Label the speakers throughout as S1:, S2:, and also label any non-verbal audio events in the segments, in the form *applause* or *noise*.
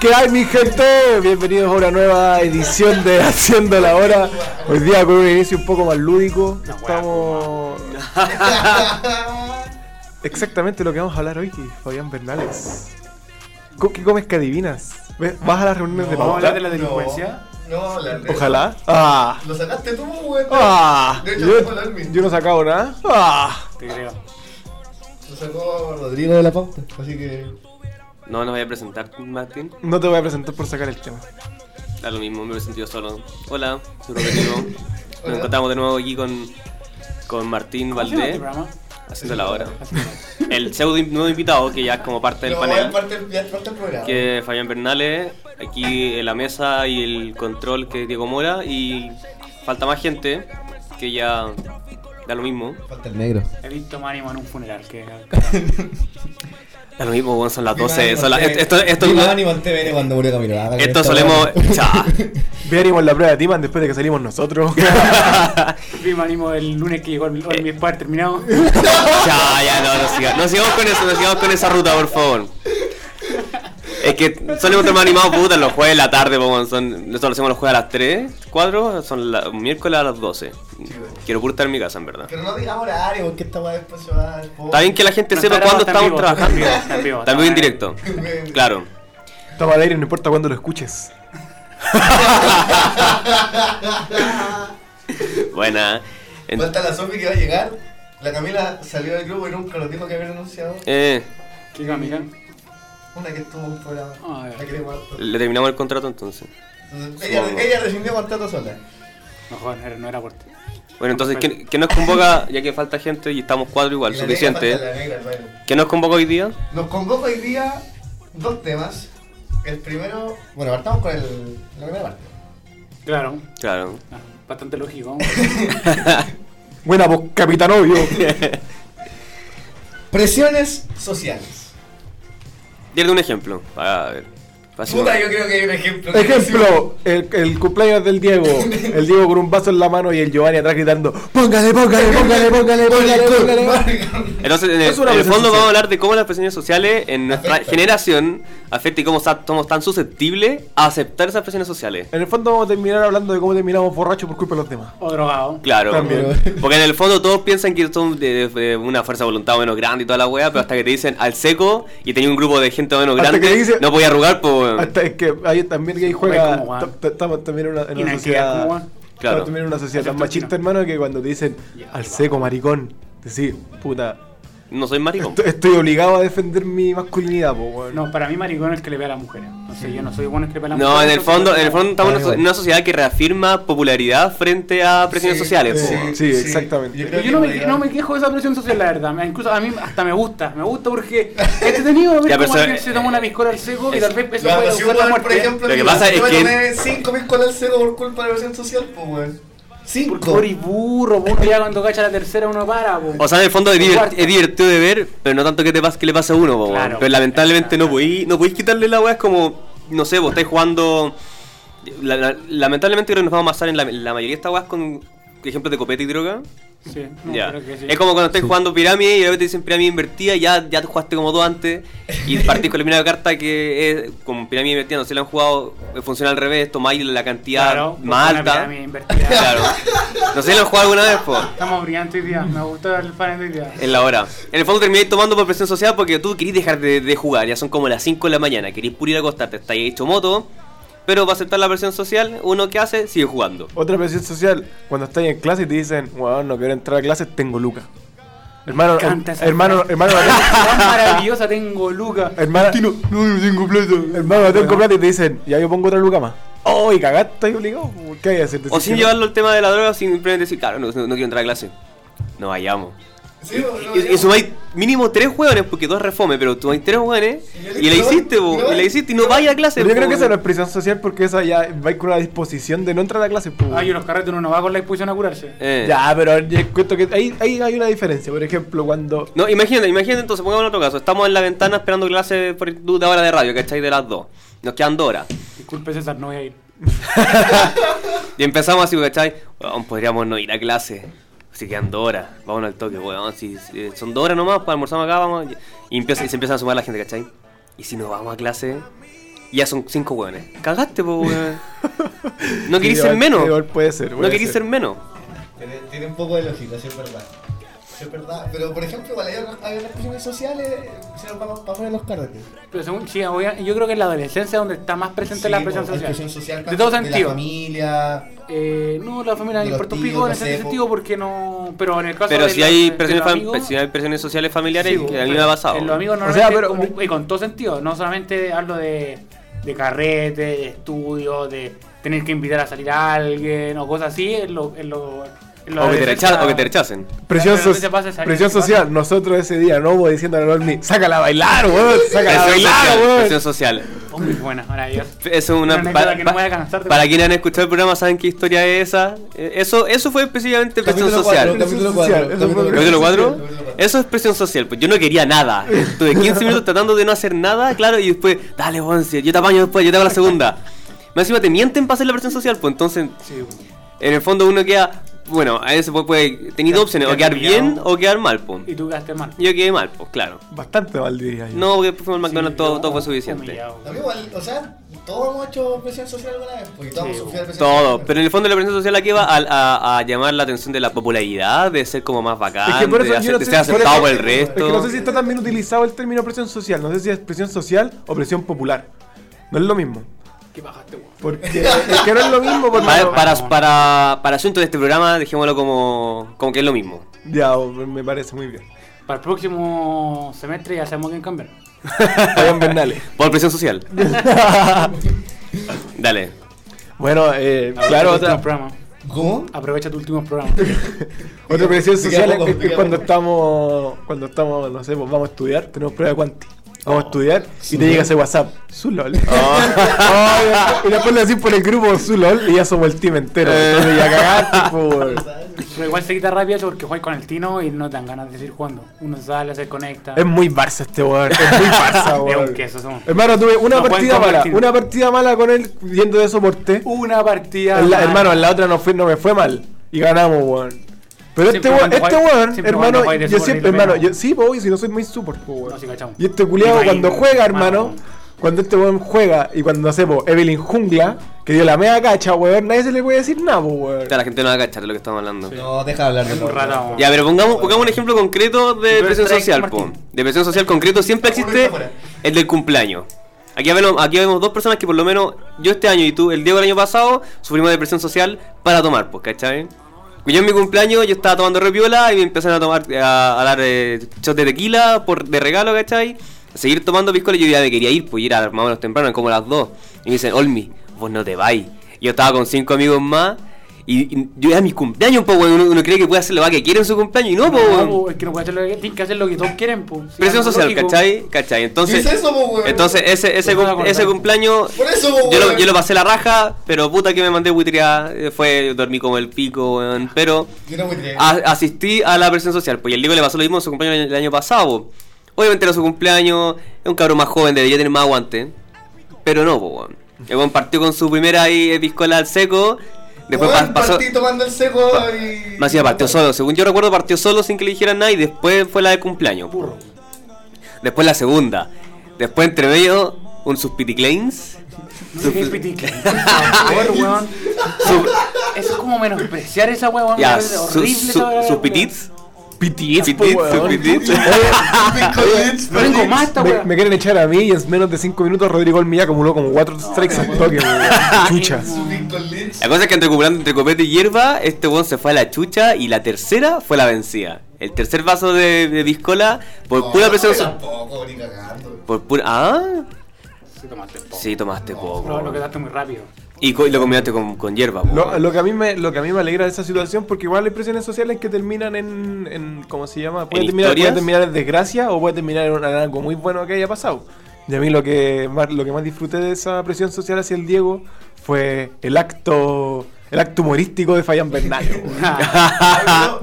S1: ¿Qué hay mi gente? Bienvenidos a una nueva edición de Haciendo la Hora. Hoy día con un inicio un poco más lúdico. Estamos... Exactamente lo que vamos a hablar hoy, Fabián Bernales. Co- ¿Qué comes que adivinas? ¿Ves? ¿Vas a las reuniones de
S2: ¿Vamos a
S1: pauta?
S2: hablar de la delincuencia?
S3: No, vamos a hablar de
S1: Ojalá. Ah.
S3: eso. Lo sacaste tú, weón.
S1: Ah.
S3: De hecho, vamos a hablar
S1: Yo,
S3: mismo.
S1: yo no he sacado nada. Ah.
S2: Te creo.
S3: Lo sacó Rodrigo de la pauta. Así que.
S4: No, no voy a presentar, Martín.
S1: No te voy a presentar por sacar el tema.
S4: Da lo mismo, me presento yo solo. Hola, soy Roberto. Nos
S3: Hola.
S4: encontramos de nuevo aquí con, con Martín
S2: ¿Cómo se llama
S4: Valdés,
S2: este programa?
S4: haciendo la hora. El pseudo in- nuevo invitado, que ya es como parte del
S3: No, es
S4: panel,
S3: parte, ya es parte del programa.
S4: que es Fabián Bernales, aquí en la mesa y el control que es Diego Mora, y falta más gente, que ya da lo mismo.
S3: Falta el negro.
S2: He visto Mánimo en un funeral. Que...
S4: Da lo mismo, bueno, son las 12. son las- esto, esto,
S3: Viva
S4: esto,
S3: Animal TVN cuando murió Camilo. Haga que
S4: esto
S3: esta
S4: solemos... *laughs*
S3: weá-
S4: Chá.
S1: Veríamos la prueba de Timan después de que salimos
S2: *laughs*
S1: nosotros.
S2: *laughs* Vi Mánimo el lunes que
S4: Eh.
S2: llegó el, hoy mi
S4: *laughs*
S2: padre terminado.
S4: Ya, ya, no, no, siga- no sigamos con eso, no sigamos con esa ruta, por favor. Es que solemos estar más animados, puta, los jueves de la tarde, po, weón, son, nosotros lo hacemos los jueves a las 3, 4, son la- miércoles a las 12. Quiero puro estar en mi casa, en verdad.
S3: Pero no digamos horario, porque esta weá después se va al
S4: Está bien que la gente sepa cuándo estamos trabajando. *laughs* También en directo.
S3: *laughs*
S4: Claro.
S1: Estamos al aire, no importa cuándo lo escuches.
S4: Buena. En-
S3: Falta la zombie que va a llegar. La Camila salió del grupo y nunca lo dijo que habían anunciado.
S4: eh,
S2: ¿Qué Camila?
S3: Una que estuvo en un programa.
S2: Ah, ya.
S3: La queremos harto.
S4: le terminamos el contrato entonces.
S3: Entonces, ella,
S4: Supongo.
S3: ella rescindió contrato sola.
S2: Mejor, no era- no era por ti.
S4: Bueno, entonces, ¿qué, qué nos convoca? Ya que falta gente y estamos cuatro igual,
S3: Y la negra, falta
S4: suficiente.
S3: La negra, el baile.
S4: ¿Qué nos convoca hoy día?
S3: Nos convoca hoy día dos temas. El primero. Bueno, partamos con el, la primera parte.
S2: Claro,
S4: Claro.
S2: ah, bastante lógico.
S1: Buena, pues, capitán *laughs* obvio.
S3: Presiones sociales.
S4: Dile un ejemplo. A ver. Fácil.
S3: Puta, yo creo que hay un ejemplo. que no
S1: Ejemplo, el, el cumpleaños del Diego. El Diego con un vaso en la mano y el Giovanni atrás gritando: Póngale, póngale, póngale, póngale, póngale, póngale.
S3: sirve.
S4: Entonces, en el,
S1: Es una
S4: en el
S1: presión
S4: fondo
S1: social.
S4: vamos a hablar de cómo las presiones sociales en nuestra
S3: Afectan.
S4: generación afecta y cómo sa- somos tan susceptibles a aceptar esas presiones sociales.
S1: En el fondo, vamos a terminar hablando de cómo terminamos borrachos por culpa de los demás.
S2: O drogado.
S4: Claro,
S1: También.
S4: porque en el fondo todos piensan que son de, de- de una fuerza de voluntad menos grande y toda la wea, pero hasta que te dicen al seco y tenía un grupo de gente menos
S1: Hasta
S4: grande,
S1: que dice-
S4: no voy a arrugar, pues.
S1: Hasta es que ahí también que ahí
S2: Juega
S1: juega.
S2: como Juan.
S1: ta- ta- Estamos también en una, en una
S2: Inactividad
S1: sociedad.
S2: como Juan.
S4: Claro.
S1: Estamos también en una sociedad tan
S2: Efecto
S1: machista,
S2: dominó.
S1: hermano, que cuando te dicen
S2: Ya,
S1: al
S2: va.
S1: seco maricón, decís, puta,
S4: No soy maricón.
S1: estoy, estoy obligado a defender mi masculinidad, po, weón.
S2: No, para mí maricón es el que le pega a las mujeres. No sé, yo no soy bueno el que le pega a las
S4: No, en
S2: mujeres.
S4: el fondo, en el fondo estamos en una so-
S1: igual.
S4: en una sociedad que reafirma popularidad frente a presiones
S3: Sí,
S4: sociales.
S1: sí.
S4: po.
S1: Sí, exactamente.
S3: creo
S2: Yo no
S3: que
S2: me,
S3: podría-
S2: no me quejo de esa presión social, la verdad. Me- Incluso a mí hasta me gusta. Me gusta porque es entretenido ver
S4: *laughs* Ya, pero
S2: cómo
S4: eso-
S2: alguien se toma una piscola al seco y
S4: es-
S2: tal vez eso
S3: Ya,
S2: puede
S3: pero si un
S2: causar la
S3: weón, por
S2: muerte.
S3: ejemplo,
S4: Lo que
S3: mira,
S4: pasa es
S3: yo me
S4: que-
S3: tomé cinco mil colas al cero por culpa de la presión social, pues, weón. Cinco.
S2: Porque eres burro, burro, ya cuando cacha la tercera uno para, po.
S4: O sea, en el fondo es, divert-
S2: Cuarto.
S4: es divertido de ver, pero no tanto que te pas- que le pase a uno, po,
S2: Claro,
S4: weón.
S2: pues,
S4: pero lamentablemente no
S2: exacto.
S4: podéis no podéis quitarle la weá, es como, no sé, vos estáis jugando... la- la- lamentablemente creo que nos vamos a basar en la, la mayoría de estas weas con ejemplos de copete y droga.
S2: Sí, no,
S4: ya.
S2: creo que sí.
S4: Es como cuando estáis jugando pirámide y a veces te dicen pirámide invertida, ya, ya te jugaste como dos antes
S2: *laughs*
S4: y partís con la primera carta que es con pirámide invertida, no sé, la han jugado, eh, funciona al revés, tomáis la cantidad
S2: Claro,
S4: más
S2: una
S4: alta.
S2: pirámide invertida. *laughs*
S4: Claro. No sé, lo han jugado alguna vez, po.
S2: Estamos brillando hoy día. Me gustó el panel de hoy día.
S4: En la hora. En el fondo termináis tomando por presión social porque tú querís dejar de, de jugar. Ya son como las 5 de la mañana. Querís puro ir a acostarte. Estáis hecho moto. Pero para aceptar la presión social, uno que hace, sigue jugando.
S1: Otra presión social, cuando estás en clase y te dicen, weón, no quiero entrar a clase, tengo lucas. Hermano,
S2: encanta
S1: her-
S2: esa
S1: hermano,
S2: frase.
S1: hermano,
S4: *laughs*
S2: Tan maravillosa tengo, Luca.
S4: Eh.
S1: hermano,
S3: No, cinco plata.
S1: hermano, no tengo plata y te dicen, ya yo pongo otra luca más. Oh, y cagaste, estoy obligado. ¿Qué hay que hacer?
S4: O sin llevarlo al tema de la droga, sin simplemente decir, claro, no, no- no quiero entrar a clase. No vayamos.
S3: Sí, no, no,
S4: Y, y sumáis mínimo tres hueones, porque dos refome, pero tú hay tres hueones y la hiciste, po, y la hiciste, y no vaya a clase.
S1: Pero yo creo
S4: po,
S1: que esa no es
S4: weón.
S1: presión social porque esa ya va con la disposición de no entrar a clase. pues.
S2: Ay, unos carretes uno no va con la exposición a curarse.
S4: Eh.
S1: Ya, pero yo cuento que ahí, ahí hay una diferencia. Por ejemplo, cuando
S4: No, imagínate, imagínate, entonces pongamos otro caso. Estamos en la ventana esperando clase por de hora de radio, ¿cachai? De las dos. Nos quedan dos horas.
S2: Disculpe, César, no voy a ir.
S4: Y empezamos así, ¿cachai? Weón, podríamos no ir a clase. Si quedan dos horas, vámonos al toque, weón. Si, si- eh, son dos horas nomás, pues almorzamos acá, vamos. Y, empieza, y se empiezan a sumar la gente, ¿cachai? Y si no vamos a clase, Y ya son cinco hueones. Cagaste, po, weón. No querís
S1: querís
S4: ser menos.
S1: Igual puede ser,
S4: No
S1: puede
S4: querís
S1: ser.
S4: ser menos.
S3: Tiene, tiene un poco de lógica, sí es verdad. Sí es verdad. Pero por ejemplo, igual hay otras, hay otras cuestiones sociales, se nos vamos para poner los carretes.
S2: Pero según, sí, obvia- yo creo que en la adolescencia es donde está más presente
S3: Sí,
S2: la
S3: po,
S2: presión
S3: hay
S2: social.
S3: presión social
S2: de todo
S3: la
S2: sentido.
S3: familia.
S2: Eh, no, la familia
S3: De
S2: me
S3: los
S2: importa un
S3: tíos,
S2: pico en
S3: no
S2: ese
S3: sé, po.
S2: sentido porque no. Pero en el caso
S4: Pero
S2: de
S4: si
S2: la-
S4: hay,
S2: de
S4: presiones
S2: los
S4: fam-
S2: amigos,
S4: si hay presiones sociales familiares,
S2: sí,
S4: y
S2: po,
S4: que a mí me
S2: pero
S4: ha pasado.
S2: En los amigos
S1: O sea,
S2: normalmente es
S1: pero-
S2: como- y con todo sentido, no solamente hablo de, de carrete, de estudio, de tener que invitar a salir a alguien o cosas así. En lo, en lo, en la
S4: o, que te
S2: adolescencia-
S4: recha- o que te rechacen.
S1: Presión,
S2: Pero no
S1: so-
S2: te pases a
S1: presión
S2: salir,
S1: social. Nosotros ese día no hubo diciendo a la Lorni, sácala a bailar, weón. Sácala a
S4: Presión social,
S1: bailar,
S4: presión
S1: weón.
S4: social.
S2: Oh, muy buena, maravillosa.
S4: Es una,
S2: Una anécdota
S4: para,
S2: que no voy a cansar
S4: para
S2: de contar.
S4: quienes han escuchado el programa saben qué historia es esa. Eh, Eso, eso fue específicamente presión
S3: Capítulo
S4: social.
S3: cuatro, Capítulo
S1: Presión
S3: 4.
S1: social, eso fue lo que-
S4: Capítulo 4,
S3: Capítulo cuatro.
S4: eso es presión social, pues yo no quería nada. Estuve 15 minutos tratando de no hacer nada, claro, y después, dale, weón, si yo te apaño después, yo te hago
S3: *laughs*
S4: la segunda. Más encima te mienten para hacer la presión social, pues entonces, en el fondo uno queda, bueno, a veces puede, puede tener dos opciones, o
S2: te
S4: quedar
S2: han pillado.
S4: bien o quedar mal, pues.
S2: Y tú quedaste mal.
S4: Yo quedé mal, pues claro.
S1: Bastante mal diría yo.
S4: No, porque después fuimos al McDonald's,
S2: Sí,
S4: todo,
S2: yo
S4: todo fue suficiente.
S2: humillado.
S3: También igual, o sea, todos hemos hecho presión social alguna vez, porque todos
S2: Sí,
S3: hemos sufrido presión
S4: Todo,
S3: social.
S4: pero en el fondo la presión social aquí va a, a- a llamar la atención de la popularidad, de ser como más bacán,
S1: Es que por eso
S4: de,
S1: yo
S4: hacer-
S1: no
S4: de
S1: sé-
S4: ser
S1: por
S4: aceptado por el
S3: ejemplo,
S1: Es que no
S4: resto.
S1: sé si está tan bien utilizado el término presión social. No sé si es presión social o presión popular. No es lo mismo.
S2: Qué bajaste, weón.
S4: *laughs*
S1: Porque es que no es lo mismo. Porque
S4: Para, para, para, para asunto de este programa, dejémoslo como, como que es lo mismo.
S1: Ya, me parece muy bien.
S2: Para el próximo semestre ya sabemos quién cambiar.
S1: Fabián Bernales.
S4: Por presión social. Dale.
S1: *laughs* Bueno, eh,
S4: Ah,
S1: claro,
S2: Aprovecha tu último
S1: otra,
S2: programa.
S3: ¿Cómo?
S2: Aprovecha tu último programa.
S1: otra presión
S3: Pica
S1: social
S3: poco,
S1: es, es
S3: pica
S1: cuando
S3: poco.
S1: estamos, cuando estamos, no sé, pues vamos a estudiar, tenemos prueba de cuanti. Vamos a estudiar y te llega ese WhatsApp, su lol. Oh, *laughs* y después- y después le decís por el grupo su lol y ya somos el team entero. Entonces ya cagaste, pues. por...
S2: Pero igual se quita rápido eso porque juegas con el Tino y no te dan ganas de seguir jugando. Uno sale, se conecta.
S1: Es muy Barça este weón, es muy Barça,
S2: *laughs* Es
S1: weón.
S2: un queso, somos.
S1: Hermano, tuve una
S2: No pueden
S1: partida mala,
S2: convertir.
S1: una partida mala con él yendo de soporte.
S2: Una partida.
S1: En la-
S2: más.
S1: hermano, en la otra no, fue, no me fue mal. Y ganamos, weón. Pero este
S2: Siempre
S1: weón,
S2: cuando
S1: este
S2: juegas-
S1: weón,
S2: siempre
S1: hermano,
S2: cuando juegas de
S1: yo
S2: support
S1: siempre,
S2: y te
S1: hermano,
S2: pegan.
S1: yo, sí, pues, obvio, si no soy muy support, pues, weón.
S2: No, sí, cachamos.
S1: y este culiado
S2: Y no hay-
S1: cuando juega, hermano,
S2: hermano.
S1: cuando este weón juega y cuando hace, po, Evelyn Jungla, que dio la media cacha, weón, nadie se le puede decir nada, po, weón.
S4: Esta La gente no va a cachar de lo que estamos hablando.
S3: No, deja de hablar de
S2: Es un
S3: todo.
S2: ratón.
S4: Ya, pero pongamos, pongamos un ejemplo concreto de
S2: Pero
S4: presión
S2: trae
S4: social, po.
S2: Martín.
S4: De presión social concreto siempre existe el del cumpleaños. Aquí vemos, aquí vemos dos personas que por lo menos yo este año y tú, el Diego el año pasado, sufrimos de presión social para tomar, pues, ¿cachai? Y Yo en mi cumpleaños yo estaba tomando repiola y me empezaron a tomar a, a dar eh, shots de tequila por, de regalo, ¿cachai? A seguir tomando piscola y yo ya me quería ir, pues y era más o menos temprano, como las dos. Y me dicen, Olmi, vos no te vais. Yo estaba con cinco amigos más y, y yo era mi cumpleaños, pues, weón. uno, uno cree que puede hacer lo que quiere en su cumpleaños y no, pues.
S2: No,
S4: weón.
S2: po, es que no puedes hacer lo que, tienes que hacer lo que todos quieren, po. Sí,
S4: Presión
S2: algo
S4: social,
S2: lógico.
S4: ¿cachai? ¿Cachai? Entonces,
S3: ¿Qué es eso, po, weón?
S4: entonces ese, ese,
S2: Por
S4: cum-
S2: eso la
S4: ese
S2: cortaste.
S4: cumpleaños
S3: Por eso,
S4: yo, lo,
S3: weón.
S4: yo lo pasé la raja, pero puta que me mandé buitreada, eh, fue, dormí como el pico, weón, pero
S3: Yo no voy a creer.
S4: a- asistí a la presión social, pues y el Diego le pasó lo mismo a su cumpleaños el año pasado. po. Obviamente era su cumpleaños, es un cabrón más joven, debería tener más aguante, pero no, po, weón. El weón partió con su primera ahí eh, piscola al seco, después
S3: Weón,
S4: pa- pasó...
S3: partí tomando el seco y...
S4: Más encima partió solo, según yo recuerdo partió solo sin que le dijeran nada y después fue la de cumpleaños. po.
S2: Burro.
S4: Después la segunda. Después entre medio un sus piticlains.
S2: Sí,
S4: *laughs*
S2: piticle. Por favor, weón.
S4: Su-
S2: Eso es como menospreciar esa weón. weón.
S4: ya,
S2: Es
S4: su-
S2: horrible
S4: su-
S2: esa weá,
S4: sus
S2: weón.
S4: pitits.
S1: Pitits,
S4: Pitits,
S1: po,
S4: sus
S1: weón. *laughs*
S4: pitits.
S2: No tengo más esta
S1: Me, me
S2: weón.
S1: quieren echar a mí y en menos de 5 minutos Rodrigo Olmi ya acumuló como 4 strikes al toque, weón. Chucha.
S4: La cosa es que entre copulando entre copete y hierba, este weón se fue a la chucha y la tercera fue la vencida. El tercer vaso de, de piscola por pura presión. so-
S3: Tampoco, ni cagando.
S4: por pura. Ah,
S2: Sí, tomaste poco.
S4: sí, tomaste poco.
S2: No, lo
S4: weón.
S2: quedaste muy
S4: *laughs*
S2: rápido.
S4: Y, co- y lo combinaste con, con hierba. po,
S1: Lo,
S4: weón.
S1: lo que a mí me, lo que a mí me alegra de esa situación, porque igual hay presiones sociales que terminan en, en ¿cómo se llama? Puede,
S4: ¿En
S1: terminar, puede
S4: historias?
S1: terminar en desgracia o puede terminar en, una- en algo muy bueno que haya pasado. Y a mí lo que más, lo que más disfruté de esa presión social hacia el Diego fue el acto el acto humorístico de Fayán
S4: *laughs*
S1: Bernal. weón.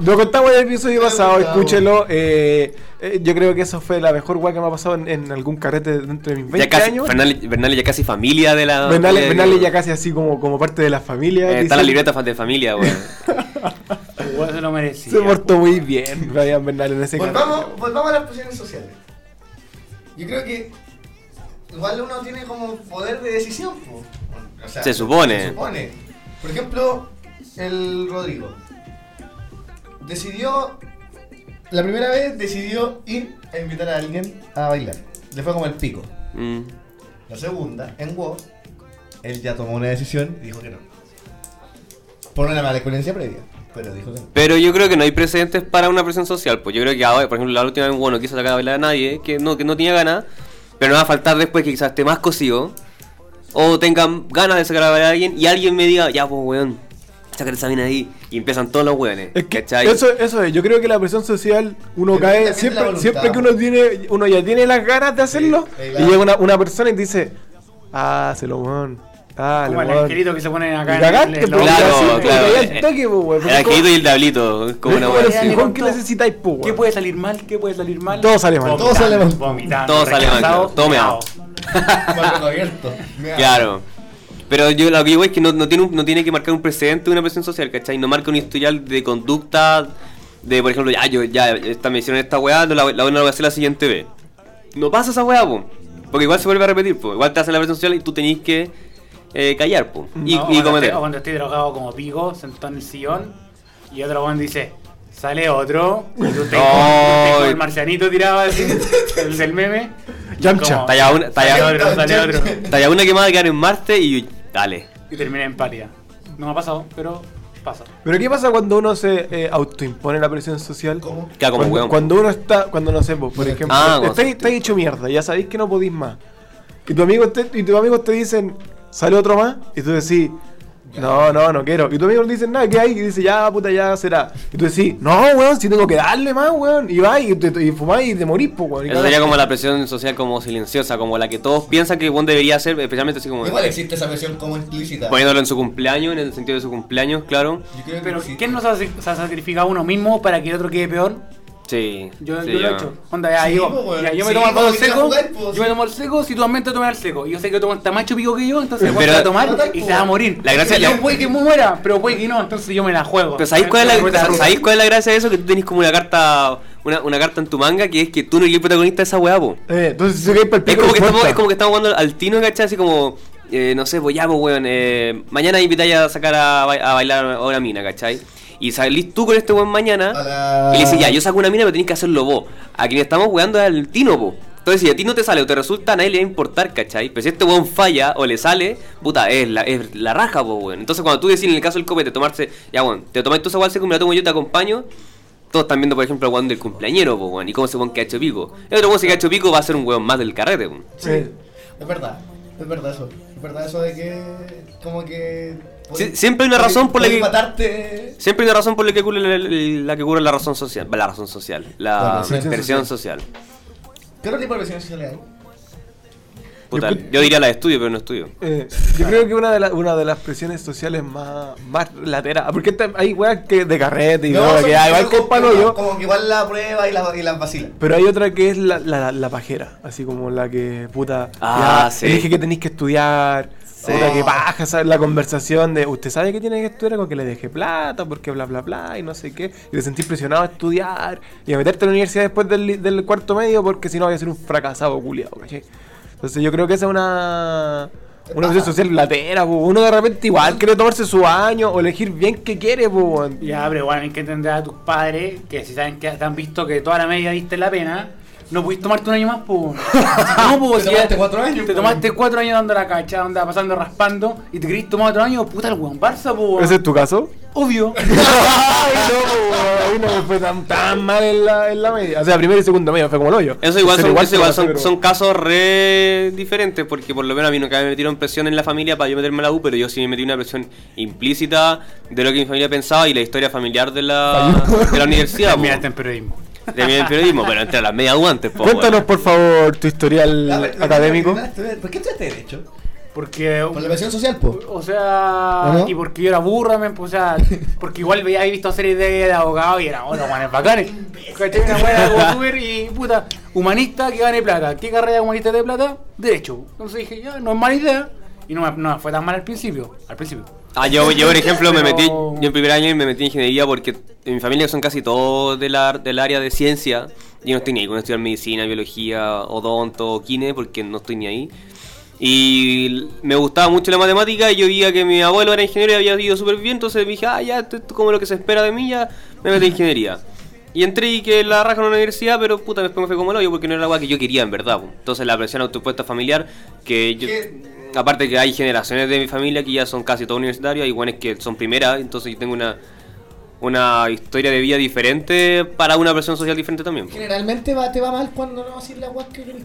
S1: Lo contamos en el episodio
S3: Me
S1: pasado,
S3: gustaba.
S1: escúchelo. eh, eh, yo creo que eso fue la mejor guay que me ha pasado en, en algún carrete dentro de mis 20
S4: ya casi,
S1: años.
S4: Bernal, Bernal ya casi familia de la.
S1: Bernal,
S4: de-
S1: Bernal ya casi así como, como parte de la familia.
S4: Eh, está la
S1: dice-
S4: libreta fa- de
S1: *laughs*
S4: familia, weón.
S2: El weón se lo merecía.
S1: Se portó muy bien, Brian Bernal en ese
S3: Volvamos, volvamos a las presiones sociales. Yo creo que igual uno tiene como poder de decisión, po. O sea,
S4: Se supone.
S3: Se supone. Por ejemplo, el Rodrigo decidió, la primera vez decidió ir a invitar a alguien a bailar. Le fue como el pico.
S4: Mm.
S3: La segunda, en WoW, él ya tomó una decisión y dijo que no. Por una mala experiencia previa, pero dijo que no.
S4: Pero yo creo que no hay precedentes para una presión social. Pues yo creo que ahora, por ejemplo, la última vez bueno, no quiso sacar a bailar a nadie, que no, que no tenía ganas, pero no va a faltar después que quizás esté más cosido. O tengan ganas de sacar a bailar a alguien y alguien me diga, ya pues weón, sácate esa mina ahí. Y empiezan todos los weones.
S1: Es que
S4: ¿cachai?
S1: eso, eso es, yo creo que la presión social uno
S3: Depende también
S1: cae
S3: de la
S1: siempre,
S3: voluntad.
S1: siempre que uno tiene uno ya tiene las ganas de hacerlo
S3: sí,
S1: y
S3: claro.
S1: llega una, una persona y te dice, ah, se lo weón, ah,
S2: Como el
S1: weón".
S2: angelito que se ponen
S1: Y
S2: acá. en el-
S1: cagaste, pues.
S2: en
S1: po,
S2: la-
S1: ya,
S4: Claro,
S1: sí, te
S4: claro.
S1: caí al toque, po, weón,
S4: El
S1: porque
S4: arqueíto
S1: como-
S4: y el diablito, es como
S1: es
S4: una pues.
S1: como el
S4: weá
S2: así.
S1: sifón que
S2: Todo-
S1: necesitáis, po,
S2: ¿Qué
S1: weón.
S2: puede salir mal? ¿Qué puede salir mal?
S1: Todo sale mal.
S3: Todo
S2: Vomitando,
S3: sale mal.
S2: Vomitando.
S4: Todo sale mal,
S2: rechazado,
S4: claro. Todo meado.
S3: Balcón abierto. Mira.
S4: Claro. Pero yo lo que digo es que no, no tiene, un- no tiene que marcar un precedente de una presión social, ¿cachai? No marca un historial de conducta, de por ejemplo, ya, yo, ya, esta, me hicieron esta weá, no la, la, no la voy a hacer la siguiente vez. No pasa esa weá, po. Porque igual se vuelve a repetir, po. Igual te hacen la presión social y tú tenés que eh, callar, po. Y,
S2: No,
S4: y
S2: cuando
S4: cometer.
S2: estoy- o cuando estoy drogado como pico, sentado en el sillón, y otro weón dice, sale otro, y
S4: *laughs*
S2: tú te
S4: No.
S2: el marcianito tiraba así, el del meme. y
S1: Yamcha.
S2: como,
S4: Talla una,
S2: Sale *laughs*
S4: talla,
S2: otro, sale otro.
S4: *laughs* talla una que más va a quedar en Marte y dale.
S2: Y termina en pálida. No me ha pasado, pero pasa.
S1: Pero ¿qué pasa cuando uno se eh, autoimpone la presión social?
S3: ¿Cómo?
S4: Queda como
S1: cuando,
S4: weón.
S1: cuando uno está, cuando no sé, pues, por
S3: Ah,
S1: ejemplo,
S4: cuando
S1: estáis
S4: se-
S1: estáis hecho mierda, ya sabéis que no podís más. Y, tu amigo te, y tus amigos te dicen, sale otro más, y tú decís, no, no, no quiero. Y tus amigos no dicen nada, ¿qué hay? Y dice, ya, puta, ya será. Y tú decís, no, weón, si tengo que darle más, weón. Y vas y, te- y fumás y te morís, pues, weón. Y
S4: Eso
S1: cagaste.
S4: sería como la presión social como silenciosa, como la que todos piensan que Juan debería hacer, especialmente así como...
S3: Igual existe esa versión como explícita.
S4: poniéndolo en su cumpleaños, en el sentido de su cumpleaños, claro.
S3: Yo creo que
S2: Pero
S3: sí.
S2: ¿quién no se ha se ha sacrificado uno mismo para que el otro quede peor?
S4: Sí.
S2: Yo,
S4: sí,
S2: yo lo he
S4: ya.
S2: hecho. Onda, ya,
S3: Sí,
S2: digo,
S3: po, weón.
S2: ya, yo me
S3: Sí, pues,
S2: tomo el
S3: po,
S2: vaso
S3: si quieres
S2: seco.
S3: jugar, po,
S2: yo me
S3: sí.
S2: tomo el seco si tú aumenta a tomar el seco. Y yo sé que tomo está más chupico que yo, entonces
S4: Pero-
S2: voy a tomar
S3: Total, pues,
S2: y
S3: po.
S2: se va a morir.
S4: La gracia-
S2: Yo
S4: la-
S2: puede que muera, pero puede que no, entonces yo me la juego.
S4: Pero ¿sabéis Pues cuál, es
S2: Me
S4: la,
S2: la
S4: ¿sabéis cuál es la gracia de eso? Que tú tenés como una carta una, una carta en tu manga que es que tú no eres el protagonista de esa weá, po.
S1: Eh, entonces, si caes para el
S4: Es
S1: pico,
S4: como, que
S1: no
S4: estamos,
S1: importa.
S4: es como que estamos jugando al tino, ¿cachai? Así como, eh, no sé, pues ya, pues weón, eh, mañana invitáis a sacar a, ba- a bailar a una mina, ¿cachai? Y salís tú con este weón mañana
S3: A la-
S4: y le dices, ya, yo saco una mina, pero tenés que hacerlo vos. A quien estamos jugando es al tino, po. Entonces, si a ti no te sale o te resulta, a nadie le va a importar, ¿cachai? Pero si este weón falla o le sale, puta, es la, es la raja, po, weón. Entonces, cuando tú decís en el caso del copete, tomarse, ya, weón, te tomáis tú esa weá, seco, me la tomo yo, te acompaño. Todos están viendo, por ejemplo, al weón del cumpleañero, po, weón, y cómo se pone que ha hecho pico. El otro weón, si que ha hecho pico, va a ser un weón más del carrete, po.
S3: Sí,
S1: Eh.
S3: es verdad. Es verdad eso. Es verdad eso de que. Como que.
S4: Sí, siempre hay una razón por la
S3: podéis
S4: que-
S3: matarte.
S4: Siempre hay una razón por la que cura la, la que cura la razón social. La razón social.
S3: La
S4: La
S3: presión
S4: presión social.
S3: ¿Qué otro tipo de presión social hay?
S4: Puta,
S1: Yo-
S4: yo diría la de estudio, pero no estudio.
S1: Eh, yo creo que una de, la- una de las presiones sociales más, más lateras. Porque esta- hay weas que de carrete y todo,
S3: son-
S1: que hay
S3: son como-
S1: compa no, yo.
S3: Como que igual la prueba y la, y la vacila.
S1: Pero hay otra que es la, la, la pajera, así como la que, puta,
S4: Ah,
S1: ya,
S4: sí.
S1: elige que tenéis que estudiar, puta, que
S3: Ah.
S1: paja, ¿sabes? La conversación de, usted sabe que tiene que estudiar con que le deje plata, porque bla, bla, bla, y no sé qué, y te sentís presionado a estudiar, y a meterte a la universidad después del, li- del cuarto medio, porque si no voy a ser un fracasado culiado, ¿cachai? Entonces yo creo que esa es una... Una
S4: Ah.
S1: presión social latera, po. uno de repente igual quiere tomarse su año o elegir bien qué quiere, po.
S2: Ya, pero igual hay que entender a tus padres que si saben que te han visto que toda la media diste la pena, no pudiste tomarte un año más,
S4: *laughs*
S2: pues. No, po,
S3: Te
S2: si ya-
S3: tomaste cuatro años, pues.
S2: Te
S3: po.
S2: tomaste cuatro años dando la cacha, onda pasando raspando, y te querís tomar otro año, puta el weón Barça, pues.
S1: ¿Ese es tu caso?
S2: Obvio.
S4: *laughs*
S1: Ay, no, pues, po, ahí no me fue tan, tan mal en la, en la media. O sea, primero y segundo medio fue como el hoyo.
S4: Eso igual,
S1: Tercero
S4: son, eso igual
S1: fue
S4: son,
S1: pero-
S4: son casos re diferentes, porque por lo menos a mí nunca me metieron presión en la familia para yo meterme a la U, pero yo sí me metí una presión implícita de lo que mi familia pensaba y la historia familiar de la, de la
S2: *laughs*
S4: universidad. po.
S2: Miraste este en periodismo.
S4: Terminé en periodismo, pero entre las medias guantes, po,
S1: Cuéntanos,
S4: weón.
S1: por favor, tu historial
S3: Ya, pero-
S1: académico.
S3: ¿Por qué estudiaste derecho?
S2: Porque.
S3: Por la presión social, po.
S2: O sea,
S3: ¿Cómo?
S2: y porque yo era burra, men,
S3: *laughs*
S2: pues, o sea, porque igual veía, había visto series de, de abogados y era, oh, los guanes bacanes. ¿Cachai? Una buena como youtuber y puta, humanista que gane plata. ¿Qué carrera de humanista de plata? Derecho. Entonces dije, ya, no es mala idea. Y no, me- no me fue tan mal al principio. Al principio.
S4: Ah, yo, yo por ejemplo me metí, yo en primer año me metí en ingeniería porque en mi familia son casi todos del, ar- del área de ciencia. Yo no estoy ni ahí con estudiar medicina, biología, odonto, kine, porque no estoy ni ahí. Y l- me gustaba mucho la matemática y yo veía que mi abuelo era ingeniero y había ido súper bien, entonces dije, ah, ya, esto es como lo que se espera de mí, ya me metí en ingeniería. Y entré y que la raja en la universidad, pero puta, después me fue como el hoyo porque no era la agua que yo quería en verdad. po. Entonces la presión autopuesta familiar, que yo...
S3: ¿Qué?
S4: Aparte que hay generaciones de mi familia que ya son casi todos universitarios, hay buenos que son primeras, entonces yo tengo una, una historia de vida diferente para una presión social diferente también. po.
S3: Generalmente va, te va mal cuando no haces la guas que querés.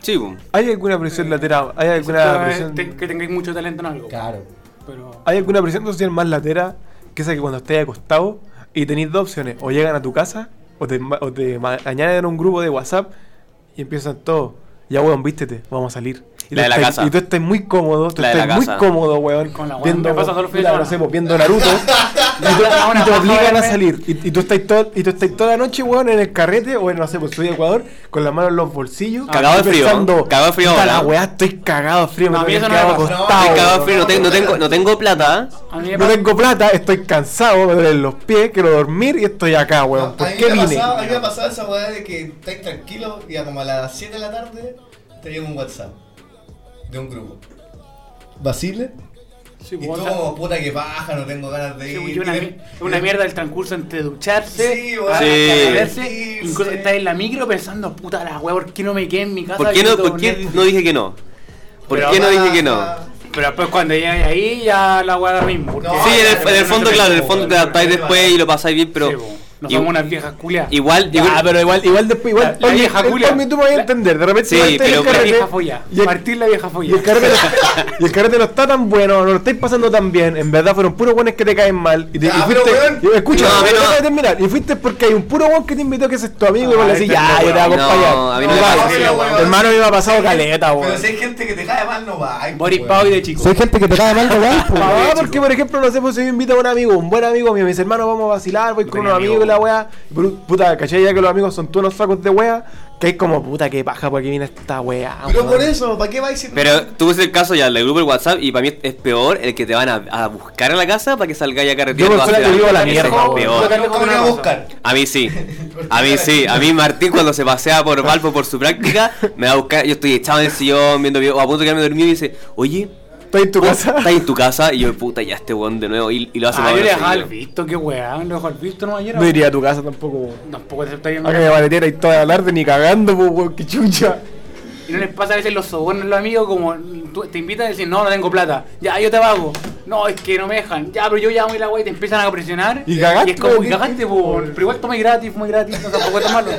S4: Sí, po.
S1: ¿Hay alguna presión lateral? ¿Hay alguna presión?
S2: Que, que tengáis mucho talento en algo.
S3: Claro.
S2: Pero.
S1: ¿Hay alguna presión social más latera que esa que cuando estés acostado y tenéis dos opciones? O llegan a tu casa o te, ma- o te ma- añaden a un grupo de WhatsApp y empiezan todos. Ya, weón, vístete, vamos a salir. Y tú
S4: La de la
S1: estás-
S4: casa.
S1: Y tú estás muy cómodo, tú
S4: La de la
S1: estás muy
S4: casa.
S1: cómodo, weón.
S2: Con la weón
S1: viendo,
S2: me pasa todo el fin de
S1: puta,
S2: semana.
S1: no sé, pues,
S2: *laughs*
S1: viendo Naruto. y, tú-
S2: Una
S1: y te
S2: paja
S1: obligan a
S2: verme.
S1: salir. Y, y tú estás todo- y tú estás toda la noche, weón, en el carrete o en, no sé, pues soy de Ecuador, con las manos en los bolsillos.
S4: Cagado de
S1: y
S4: frío,
S1: pensando,
S4: cagado de frío
S1: "Puta
S4: ahora".
S1: la weá, estoy cagado de frío.
S2: No, a mí
S1: tengo que
S2: eso no me
S1: quedar
S2: pasa. No,
S1: acostado,
S4: Estoy cagado de
S1: weón.
S4: frío, no, tengo- no tengo, no tengo plata. ¿eh?
S2: A mí me
S1: No
S2: pasa-
S1: tengo plata, estoy cansado, me duelen los pies, quiero dormir y estoy acá, weón.
S3: A
S1: ¿Por
S3: mí
S1: qué
S3: me ha
S1: vine?
S3: pasado- a mí me ha pasado esa weá de que estáis tranquilo y a como a las 7 de la tarde te llega un WhatsApp de un grupo. ¿Basile?
S2: Sí,
S3: Y
S2: pues,
S3: tú
S2: o sea,
S3: como puta que baja, no tengo ganas de
S2: sí,
S3: ir.
S2: pues, y una,
S3: Y
S2: mi-
S3: de-
S2: una
S3: y-
S2: mierda el transcurso entre ducharse,
S3: Sí,
S2: a- a- a-
S4: sí.
S2: verse,
S3: Sí,
S2: incluso
S3: sí.
S2: estás en la micro pensando, puta la weá, ¿por qué no me quedé en mi casa?
S4: ¿Por qué no,
S2: viendo
S4: por qué
S2: Netflix?"
S4: no dije que no? ¿Por
S2: Pero
S4: qué no
S3: Ah,
S4: dije que no?
S2: Pero después cuando llegas ahí ya la weá da mismo. porque-
S3: No,
S4: Sí, en el, en
S3: no
S4: el fondo,
S3: te
S4: claro, en el
S3: preocupes,
S4: fondo
S3: no
S4: te
S3: te
S4: adaptáis
S3: preocupes.
S4: después y lo pasáis bien, pero...
S2: Sí, po. no
S4: i-
S2: somos unas viejas culias.
S4: Igual,
S1: Ah,
S4: igual...
S1: pero igual, igual después, igual.
S2: La- la vieja
S1: el-
S2: culia.
S1: Tommy, tú me vas a
S2: La-
S1: entender, de repente.
S4: Sí,
S1: igual estás en
S4: pero-
S1: el
S2: La
S1: carrete
S2: vieja folla.
S1: Y el,
S2: Martín la vieja folla.
S1: y el carrete no- y el carrete no está tan bueno, no lo estáis pasando tan bien. En verdad fueron puros guanes que te caen mal. Y, te, y
S3: Ya, pero,
S1: fuiste.
S3: weón.
S1: y- escucha,
S4: No, a mí
S1: pero
S4: no.
S1: déjame terminar. Y fuiste porque hay un puro guan que te invitó que ese es tu amigo y vos
S2: Ah,
S1: le decís,
S2: este
S1: ya,
S2: no,
S1: yo te voy a
S4: no,
S1: acompañar.
S4: a mí no me
S1: Vas.
S4: pasa eso,
S3: weón.
S1: Hermano, a mí me ha pasado caleta,
S3: Pero
S1: weón.
S3: si hay gente que te cae mal, no va. Ay,
S2: Boris
S3: weón.
S2: Pau y de chico.
S5: Soy gente que te cae mal de
S1: *laughs*
S5: igual, po.
S1: Ah, porque Pues, por ejemplo, no sé, pues si yo invito a un amigo, un buen amigo mío, me dice, hermano, vamos a vacilar, voy con
S2: tenía
S1: unos amigos
S2: amigo.
S1: y la weá. Y por un- Puta, caché ya que los amigos son todos unos sacos de weá, que hay como, puta, qué paja, porque viene esta weá.
S3: Pero
S1: weón.
S3: por eso, ¿para qué vais si
S4: Pero tú ves el caso ya del grupo del WhatsApp y para mí es peor el que te van a, a buscar a la casa para que salgáis a carretera.
S1: Yo por
S4: a
S1: suerte
S4: hacer
S1: vivo a la
S4: algo. Ese es
S1: mierda, weón.
S4: peor.
S3: Nunca me voy a buscar.
S4: A mí sí. A mí sí. A mí Martín cuando se pasea por Valpo por su práctica, me va a buscar. Yo estoy echado en el sillón viendo videos o a punto de quedarme dormido y dice, oye,
S1: ¿Estás en tu casa?
S4: ¿estás en tu casa? Y yo, puta, ya este weón de nuevo. Y, y lo hace
S2: Ah,
S4: más
S2: yo le
S4: veces
S2: dejaba al
S4: seguido.
S2: visto, qué weá, le dejaba al visto no ayer.
S1: *laughs* No iría a tu casa tampoco, weón.
S2: Tampoco se está yendo.
S1: Acá me maletera y toda la tarde ni cagando, pues, weón, qué chucha.
S2: Y no les pasa a veces los sobornos a los amigos como tú- te invitan a decir, no, no tengo plata, ya yo te pago, no, es que no me dejan, ya, pero yo llamo y la weá y te empiezan a presionar.
S1: Y cagaste,
S2: es como,
S1: po,
S2: y cagaste, po, pero igual tomé gratis, muy gratis, no tampoco es tomarlo.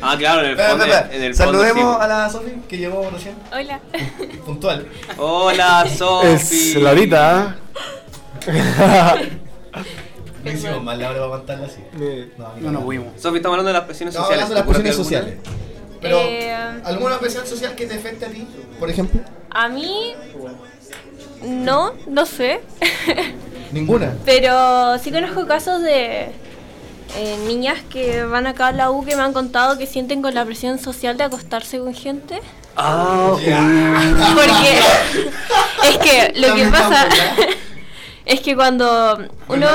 S4: Ah, claro, en el
S3: Espera,
S4: fondo.
S3: espera,
S4: en el
S3: espera.
S4: fondo
S3: Saludemos
S4: sí.
S3: a la Sofi que llegó recién,
S6: Hola.
S3: puntual.
S4: Hola,
S1: Es
S4: Sofi.
S1: la
S3: ¿ah?
S1: horita, ¿ah? *laughs*
S3: No hicimos mal la hora para aguantarla así.
S1: ¿eh?
S3: No,
S2: No nos pudimos.
S4: Sofi, estamos hablando de las presiones
S3: Estamos
S4: sociales.
S3: hablando de las presiones
S4: ¿Te ocurre alguna?
S3: sociales. Pero,
S6: Eh,
S3: ¿alguna presión social que te afecte a ti, por ejemplo?
S6: A mí. No, no sé. *laughs*
S3: Ninguna.
S6: Pero sí conozco casos de eh, niñas que van acá a la U que me han contado que sienten con la presión social de acostarse con gente.
S4: Ah,
S6: Porque
S3: *laughs*
S6: es que lo que
S3: También
S6: pasa
S3: estamos, ¿verdad?
S6: *laughs* es que cuando uno.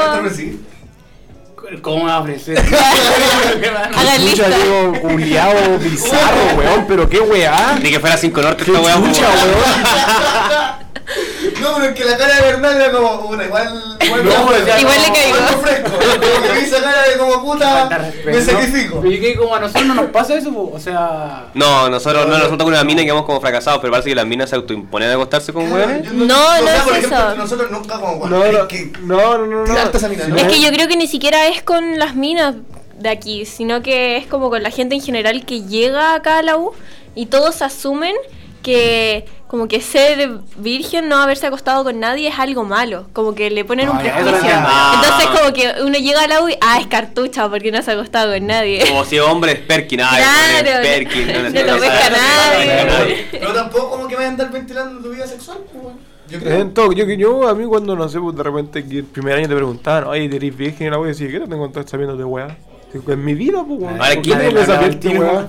S2: ¿Cómo me va
S3: *laughs*
S2: a ofrecer? *laughs*
S6: Hagan
S1: Chucha,
S6: lista.
S1: Diego, culiao, bizarro, weón, pero qué
S3: Ah.
S1: weá.
S4: Ni que fuera sin color
S1: Qué
S4: esta weá. po,
S1: chucha,
S4: weón.
S1: weón.
S3: No, pero es que la cara de Bernal era como, puta, igual. Igual,
S2: No, pues ya
S6: Igual no. le caigo.
S3: Igual fresco. Como que vi esa cara de como
S2: Falta
S3: puta,
S2: respeto,
S3: me sacrifico.
S2: Pero yo que como a nosotros no nos pasa eso, po, o sea.
S4: No, nosotros no, nosotros con una mina y quedamos como fracasados, pero parece que las minas se autoimponen a acostarse con
S3: Claro,
S4: weones.
S3: yo
S6: No,
S3: o sea,
S6: no
S3: por
S6: es
S3: ejemplo,
S6: eso.
S3: Nosotros nunca como
S1: No,
S3: cuando
S1: no,
S3: hay que-
S1: no, no, no, no.
S3: Tirarte esa mina, ¿no?
S6: Es que yo creo que ni siquiera es con las minas de aquí, sino que es como con la gente en general que llega acá a la U y todos asumen que como que ser virgen, no haberse acostado con nadie es algo malo, como que le ponen un
S2: Ah, ya,
S6: prejuicio.
S2: eso no
S4: es malo.
S6: Entonces como que uno llega a la U y, ah, es cartucha porque no se ha acostado con nadie.
S4: Como si hombre es Perkin, ay,
S6: Claro,
S4: hombre es Perkin.
S6: no
S4: sé,
S6: lo
S4: sé,
S6: pesca
S4: no sé,
S6: nadie.
S4: no sé,
S3: Pero tampoco como que vaya a andar ventilando tu vida sexual, pues, weón. Yo creo.
S1: En todo, yo, yo a mí cuando no sé, pues de repente que el primer año te preguntaban, oye, ¿te eres virgen? Y la wea decía, ¿qué te encontraste sabiendo de weá? En mi vida, pues, weón.
S4: Ahora,
S1: ¿Por
S4: ¿quién
S1: qué
S4: le
S1: tengo esa
S2: la
S1: piel, weón?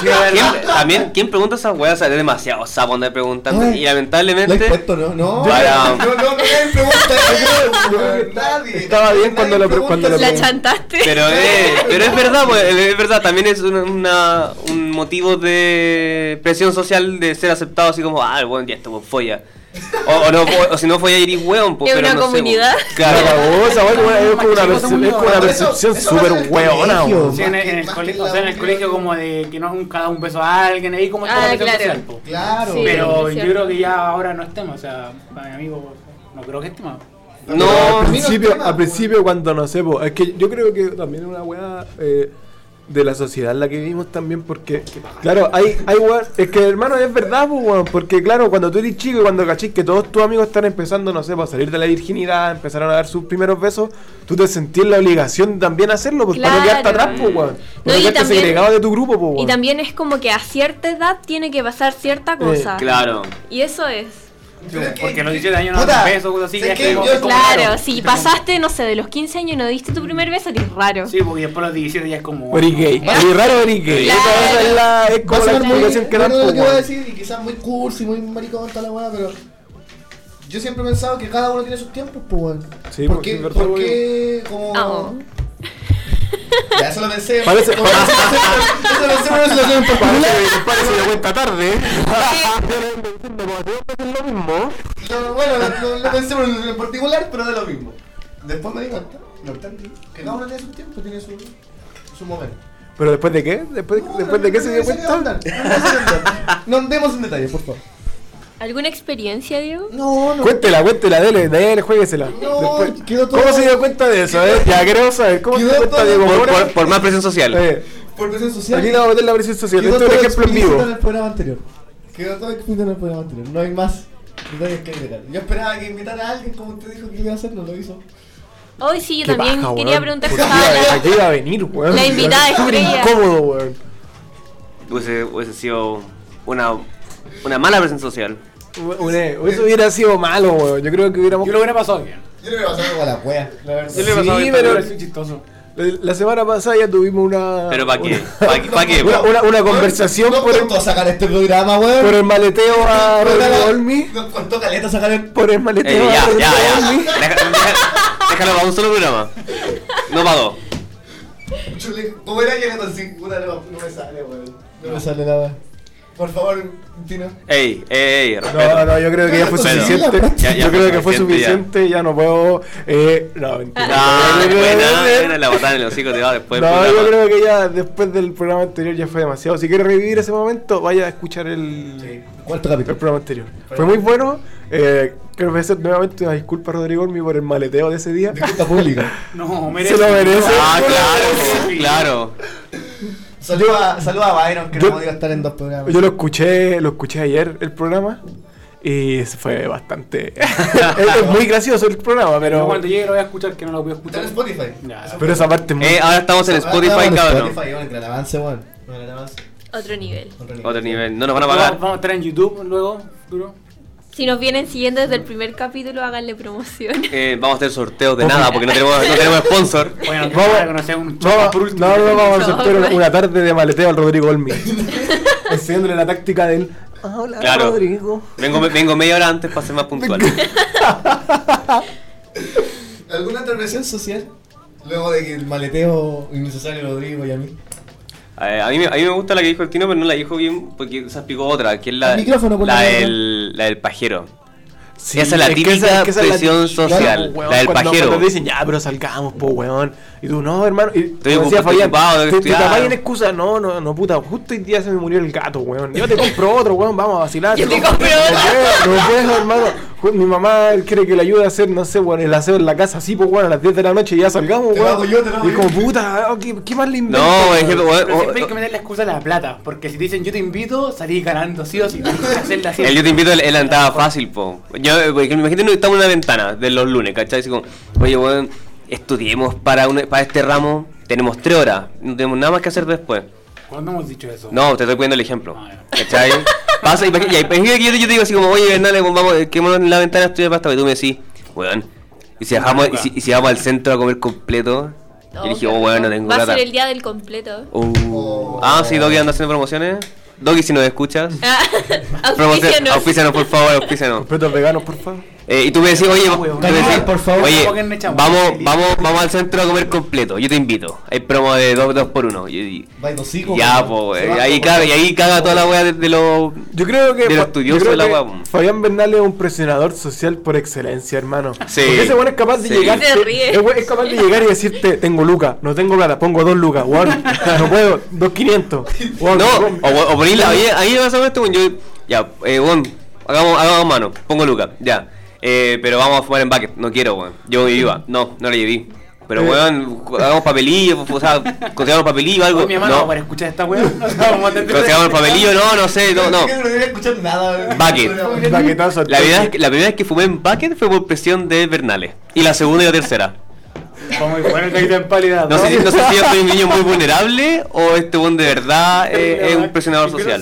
S4: ¿Quién- también, ¿quién pregunta esas weas? O sea, es demasiado sapo andar preguntando.
S3: Ay, Lo
S4: y
S3: he
S4: lamentablemente.
S3: puesto, ¿no? No,
S4: Para-
S3: no, no, no, me pregunta eso, weón. Nadie.
S1: Estaba bien cuando lo pre-
S3: pregunta
S1: cuando lo
S3: eso.
S6: *laughs* La chantaste.
S4: Pero, eh,
S6: *laughs*
S4: pero es verdad, pues, es verdad, también es una, una- un motivo de presión social de ser aceptado así como, ah, bueno, ya esto, pues, folla. O, o no, o, o si no folla, iris weón, pues,
S6: Es
S4: pero
S6: una
S4: no sé, pues.
S6: comunidad.
S1: La
S4: claro.
S1: cagó esa weón, weón, es como una
S2: Machismo
S1: percep- es como una
S2: segundo.
S1: percepción
S3: Eso- eso pasa en
S1: súper
S3: el
S1: weona,
S3: colegio.
S1: weón.
S2: Sí, en el, en el
S3: Más que-
S2: colegio,
S3: más
S2: o sea, en el
S3: que la
S2: colegio
S3: unión.
S2: como de que no un, cada un beso a alguien, ahí como está
S6: Ah,
S2: la presión
S6: claro.
S2: social, po.
S3: Claro.
S6: Sí.
S2: Pero
S6: es
S2: yo
S6: cierto.
S2: creo que ya ahora no es tema, o sea, para mi amigo, no creo que es tema.
S4: No,
S1: al
S3: Termino el
S1: principio,
S3: tema,
S1: al
S3: pues.
S1: principio cuando no sé, po, es que yo creo que también es una weá eh, de la sociedad en la que vivimos también, porque, claro, hay, hay weas, es que hermano, es verdad, po, weón, porque claro, cuando tú eres chico y cuando cachís que todos tus amigos están empezando, no sé, po, a salir de la virginidad, empezaron a dar sus primeros besos, tú te sentís la obligación también a hacerlo, pues para no
S6: Claro.
S1: quedarte atrás, po, weón,
S6: No,
S1: no,
S6: y
S1: quedarte
S6: también-
S1: segregado de tu grupo, po,
S6: Y
S1: weón.
S6: también es como que a cierta edad tiene que pasar cierta cosa.
S4: Claro.
S6: Y eso es.
S3: Pero es que-
S2: Porque los 17 años no
S3: Puta,
S2: dan besos, cosas así,
S3: sé
S2: ya
S3: que
S2: es como-
S3: yo-
S2: es como
S6: Claro,
S2: raro.
S6: si pasaste, no sé, de los 15 años y no diste tu primer beso, eres raro.
S2: Sí, porque después los 17 ya es como...
S1: Eres gay,
S2: bueno,
S1: eres raro, eres gay.
S6: Ah. Claro.
S1: Esa es la, es como
S3: Va
S1: la
S3: a sonar muy
S1: explicación que dan,
S3: raro
S1: po,
S3: lo que voy a
S1: weón.
S3: decir y quizás muy cursi, muy maricón, toda la weá, pero yo siempre he pensado que cada uno tiene sus tiempos, pues weón.
S1: Sí,
S3: ¿Por
S1: pues,
S3: qué?
S1: es verdad,
S3: ¿Por
S1: weón.
S3: qué? Como...
S6: Oh.
S3: Ya, eso lo pensé.
S1: Parece-
S3: como- *laughs*
S1: parece-
S3: eso lo pensé en una situación *laughs* particular.
S1: Parece cuenta tarde. lo mismo.
S3: No, bueno, lo, lo- lo pensé en lo particular, pero de lo mismo. Después me di cuenta, lo entendí, que cada uno tiene su tiempo, tiene su, su momento.
S1: ¿Pero después de qué? ¿Después,
S3: No,
S1: después
S3: no,
S1: de qué
S3: no
S1: se
S3: es
S1: dio
S3: necesario
S1: cuenta?
S3: andar, no es necesario andar. No andemos en detalles, por favor.
S6: ¿Alguna experiencia, Diego?
S3: No, no.
S1: Cuéntela, cuéntela, dele, dele, jueguesela.
S3: No,
S1: Después-
S3: quedó todo-
S1: ¿Cómo se dio cuenta de eso, eh? Ya queremos saber, ¿cómo se dio
S3: Quedó
S1: cuenta
S3: todo-
S1: Diego
S4: Por,
S1: Mora?
S4: por- por más presión social.
S1: Eh,
S3: Por presión social.
S1: aquí le vamos a meter la presión social.
S3: Quedó
S1: Esto es un
S3: todo
S1: ejemplo en
S3: explícito
S1: vivo.
S3: en el programa anterior. Quedó todo explícito en el programa anterior. No hay más detalles que agregar. Yo esperaba que invitara a alguien como usted dijo que iba a hacer, no lo hizo.
S6: Hoy sí, yo
S1: Qué
S6: también
S1: paja,
S6: quería
S1: weón.
S6: preguntar si
S1: Porque
S6: estaba
S1: iba-
S6: la-
S1: Aquí iba a venir, weón.
S6: la invitada
S1: Súper
S6: estrella.
S1: incómodo, weón.
S4: Hubiese, hubiese sido una, una mala presión social.
S1: Weón, Eso hubiera sido malo, weón. Yo creo que hubiéramos
S2: Yo lo hubiera pasado bien.
S3: Yo le voy a pasar algo a la wea, la verdad.
S2: Yo
S1: Sí,
S2: lo hubiera pasado bien,
S1: pero-
S2: hubiera sido chistoso.
S1: La la semana pasada ya tuvimos una.
S4: Pero ¿para qué?
S1: una-
S4: ¿Para qué?
S1: Una, una- una conversación
S3: Nos
S1: por, el,
S3: costó sacar este programa, weón.
S1: por el maleteo *laughs* a Rodrigo Olmi.
S3: Nos costó caleta sacar el.
S1: Por el maleteo
S4: Eh,
S1: a
S4: ya, ya,
S1: Rodrigo
S4: ya.
S1: Olmi.
S4: Deja- deja- déjalo para un solo programa. No para dos.
S3: Chule, ¿Cómo era llegando así? Puta, no, no me sale, weón. No me sale nada. Por favor, Tino.
S4: Ey, ey, ey, respeto.
S1: No, no, yo creo que ya fue
S3: Pero-
S1: suficiente.
S4: Ya, ya
S1: yo
S4: fue
S1: creo que fue
S4: suficiente,
S1: suficiente, ya, no puedo. Eh, no, mentira.
S4: No, después nada, viene la botada en el hocico, te va después. del
S1: No, yo
S4: programa.
S1: creo que ya después del programa anterior ya fue demasiado. Si quieres revivir ese momento, vaya a escuchar el,
S3: Cuarto
S1: el
S3: capítulo.
S1: programa anterior. Fue muy bueno. Eh, creo que hacer nuevamente una disculpa a Rodrigo Olmi por el maleteo de ese
S3: *laughs*
S1: día.
S3: Disculpa pública.
S2: No, merece.
S1: Se lo merece.
S4: Ah, claro, claro.
S3: Saluda, saluda a Byron, que
S1: Yo-
S3: no podía estar en dos programas.
S1: Yo lo escuché, lo escuché ayer el programa y fue bastante. *laughs* es, es muy gracioso el programa,
S2: Yo
S1: pero.
S2: cuando llegue lo voy a escuchar, que no lo voy a
S3: Está
S2: escuchar.
S3: en Spotify.
S2: Ya.
S1: Pero esa parte es muy.
S4: Eh, ahora estamos en Spotify, cabrón.
S3: Spotify, bueno, gran avance, weón. Bueno, gran avance.
S6: Otro nivel.
S4: Otro nivel, no nos van a
S2: Vamos,
S4: pagar.
S2: vamos a estar en YouTube luego, duro.
S6: Si nos vienen siguiendo desde el primer capítulo, háganle promoción.
S4: Eh, vamos a hacer sorteos de nada porque no tenemos, no tenemos sponsor.
S2: Bueno,
S1: Vamos-
S2: vamos a conocer un
S1: No,
S2: chapa
S1: va-
S2: por último.
S1: no, no, vamos a
S6: No,
S1: hacer una,
S6: güey.
S1: una tarde de maleteo al Rodrigo Olmi. enseñándole la táctica del. "Ah, Hola,
S4: Claro.
S1: Rodrigo.
S4: Vengo, vengo media hora antes para ser más puntual.
S3: ¿Alguna intervención social? Luego de que el maleteo innecesario de Rodrigo y a mí.
S4: Eh, a, mí, me- a mí me gusta la que dijo el Tino, pero no la dijo bien porque se explicó otra, que es la,
S3: El micrófono, por
S4: la,
S3: favor.
S4: del, la del pajero.
S1: Sí,
S4: Esa es la
S1: que
S4: típica
S1: que esa es la
S4: presión
S1: típica,
S4: social,
S1: po, weón,
S4: la del
S1: cuando-
S4: pajero.
S1: Cuando te dicen, ya, pero salgamos, po, weón. Y tú, no, hermano. Y, como
S4: ocupado,
S1: decía
S4: estoy
S1: Fabián, te,
S4: ocupado, tengo
S1: te
S4: que estudiar.
S1: tapáis en excusa. No, no, no, puta. Justo hoy día se me murió el gato, weón. Yo te compro otro, weón. Vamos a vacilar.
S6: Yo te
S1: No,
S6: compro
S1: no
S6: otro.
S1: puedo, No puedo, hermano. Ju- Mi mamá él quiere que le ayude a hacer, no sé, weón, el aseo en la casa. Sí, pues, weón, a las 10 de la noche ya salgamos,
S3: Te lo hago
S1: weón.
S3: yo, te lo hago
S1: Y como,
S3: yo.
S1: puta, oh, ¿qué, qué más le invento,
S4: No, es que.
S1: weón?
S4: o-
S2: Pero
S4: o-
S2: siempre hay que meter la excusa a la plata, porque si te dicen yo te invito, salís ganando sí
S4: *laughs*
S2: o sí. Tenés que hacerla así.
S4: El yo te invito, él, él andaba fácil, po. Yo, eh, porque imagínate, no estamos en una ventana de los lunes, ¿cachai? Así como, oye, weón, estudiemos para, un- para este ramo, tenemos tres horas, no tenemos nada más que hacer después.
S2: ¿Cuándo hemos dicho eso?
S4: No, te estoy poniendo el ejemplo,
S2: Ah, ya. *laughs*
S4: ¿cachai? Pasa, imagi- ya, imagínate que yo, te- yo te digo así como, oye, Bernal, vamos, eh, quedémonos en la ventana a estudiar pasta, y tú me decís, weón, y si, bajamos, y, si, y si vamos al centro a comer completo, *laughs*
S6: Oh,
S4: y dije,
S6: qué
S4: oh, weón, no
S6: rico.
S4: tengo
S6: Va
S4: plata.
S6: a ser el día
S4: *laughs*
S6: del completo.
S4: Uh.
S3: Oh.
S4: Ah, sí, Doggy anda haciendo promociones. Doggy, si nos
S6: *laughs*
S4: escuchas.
S6: Ah,
S4: Promoción,
S6: auspícianos.
S4: auspícianos, por favor, auspícianos.
S1: Completos veganos, por favor.
S4: Eh, y tú me decís, oye, tú me decís,
S3: Caníbal, por favor.
S4: oye
S2: Tampoco en el chamo.
S4: vamos, vamos, vamos al centro a comer completo. Yo te invito. Hay promo de 2 dos, por 1 Y,
S3: Vai dos hijos,
S4: ya,
S3: weón.
S4: pues,
S3: Se va
S4: ahí,
S3: todo
S4: caga,
S3: por-
S4: y ahí caga toda la wea de, de los.
S1: Yo creo que.
S4: De lo
S1: Fa-
S4: estudioso
S1: yo creo
S4: de la
S1: que
S4: wea, mm.
S1: Fabián Bernal es un presionador social por excelencia, hermano.
S4: Sí.
S1: Porque ese weón es capaz de
S4: Sí.
S1: llegar.
S6: Se ríe.
S1: es we- Es capaz de llegar y decirte: Tengo lucas, no tengo plata, pongo dos lucas, weón. No puedo, dos quinientos. Weón,
S4: No,
S1: weón,
S4: o, o ponerla. Ahí, ahí me pasó esto, weón, Yo, ya, eh, weón, hagamos, hagamos mano. Pongo Luca, ya. Eh, pero vamos a fumar en bucket. No quiero, weón. Yo iba. No, no le llevé. Pero,
S1: Eh.
S4: weón, hagamos papelillo, o sea, consigamos papelillo, algo.
S2: Oye, mi hermano,
S4: no,
S2: para escuchar esta weá, *laughs* no vamos a tener- *laughs*
S4: consigamos el papelillo, no, no sé,
S3: *laughs*
S4: no, no.
S3: Yo no debería escuchar nada. weón.
S4: Bucket.
S3: Pero-
S1: Baquetazo al
S4: Oh, La,
S1: toque.
S4: verdad es que- la primera vez que fumé en bucket fue por presión de Bernales. Y la segunda y la tercera.
S2: Fue muy bueno el caído en pálida.
S4: No sé, si- no sé si yo soy un niño muy vulnerable o este buen de verdad eh, es un presionador social.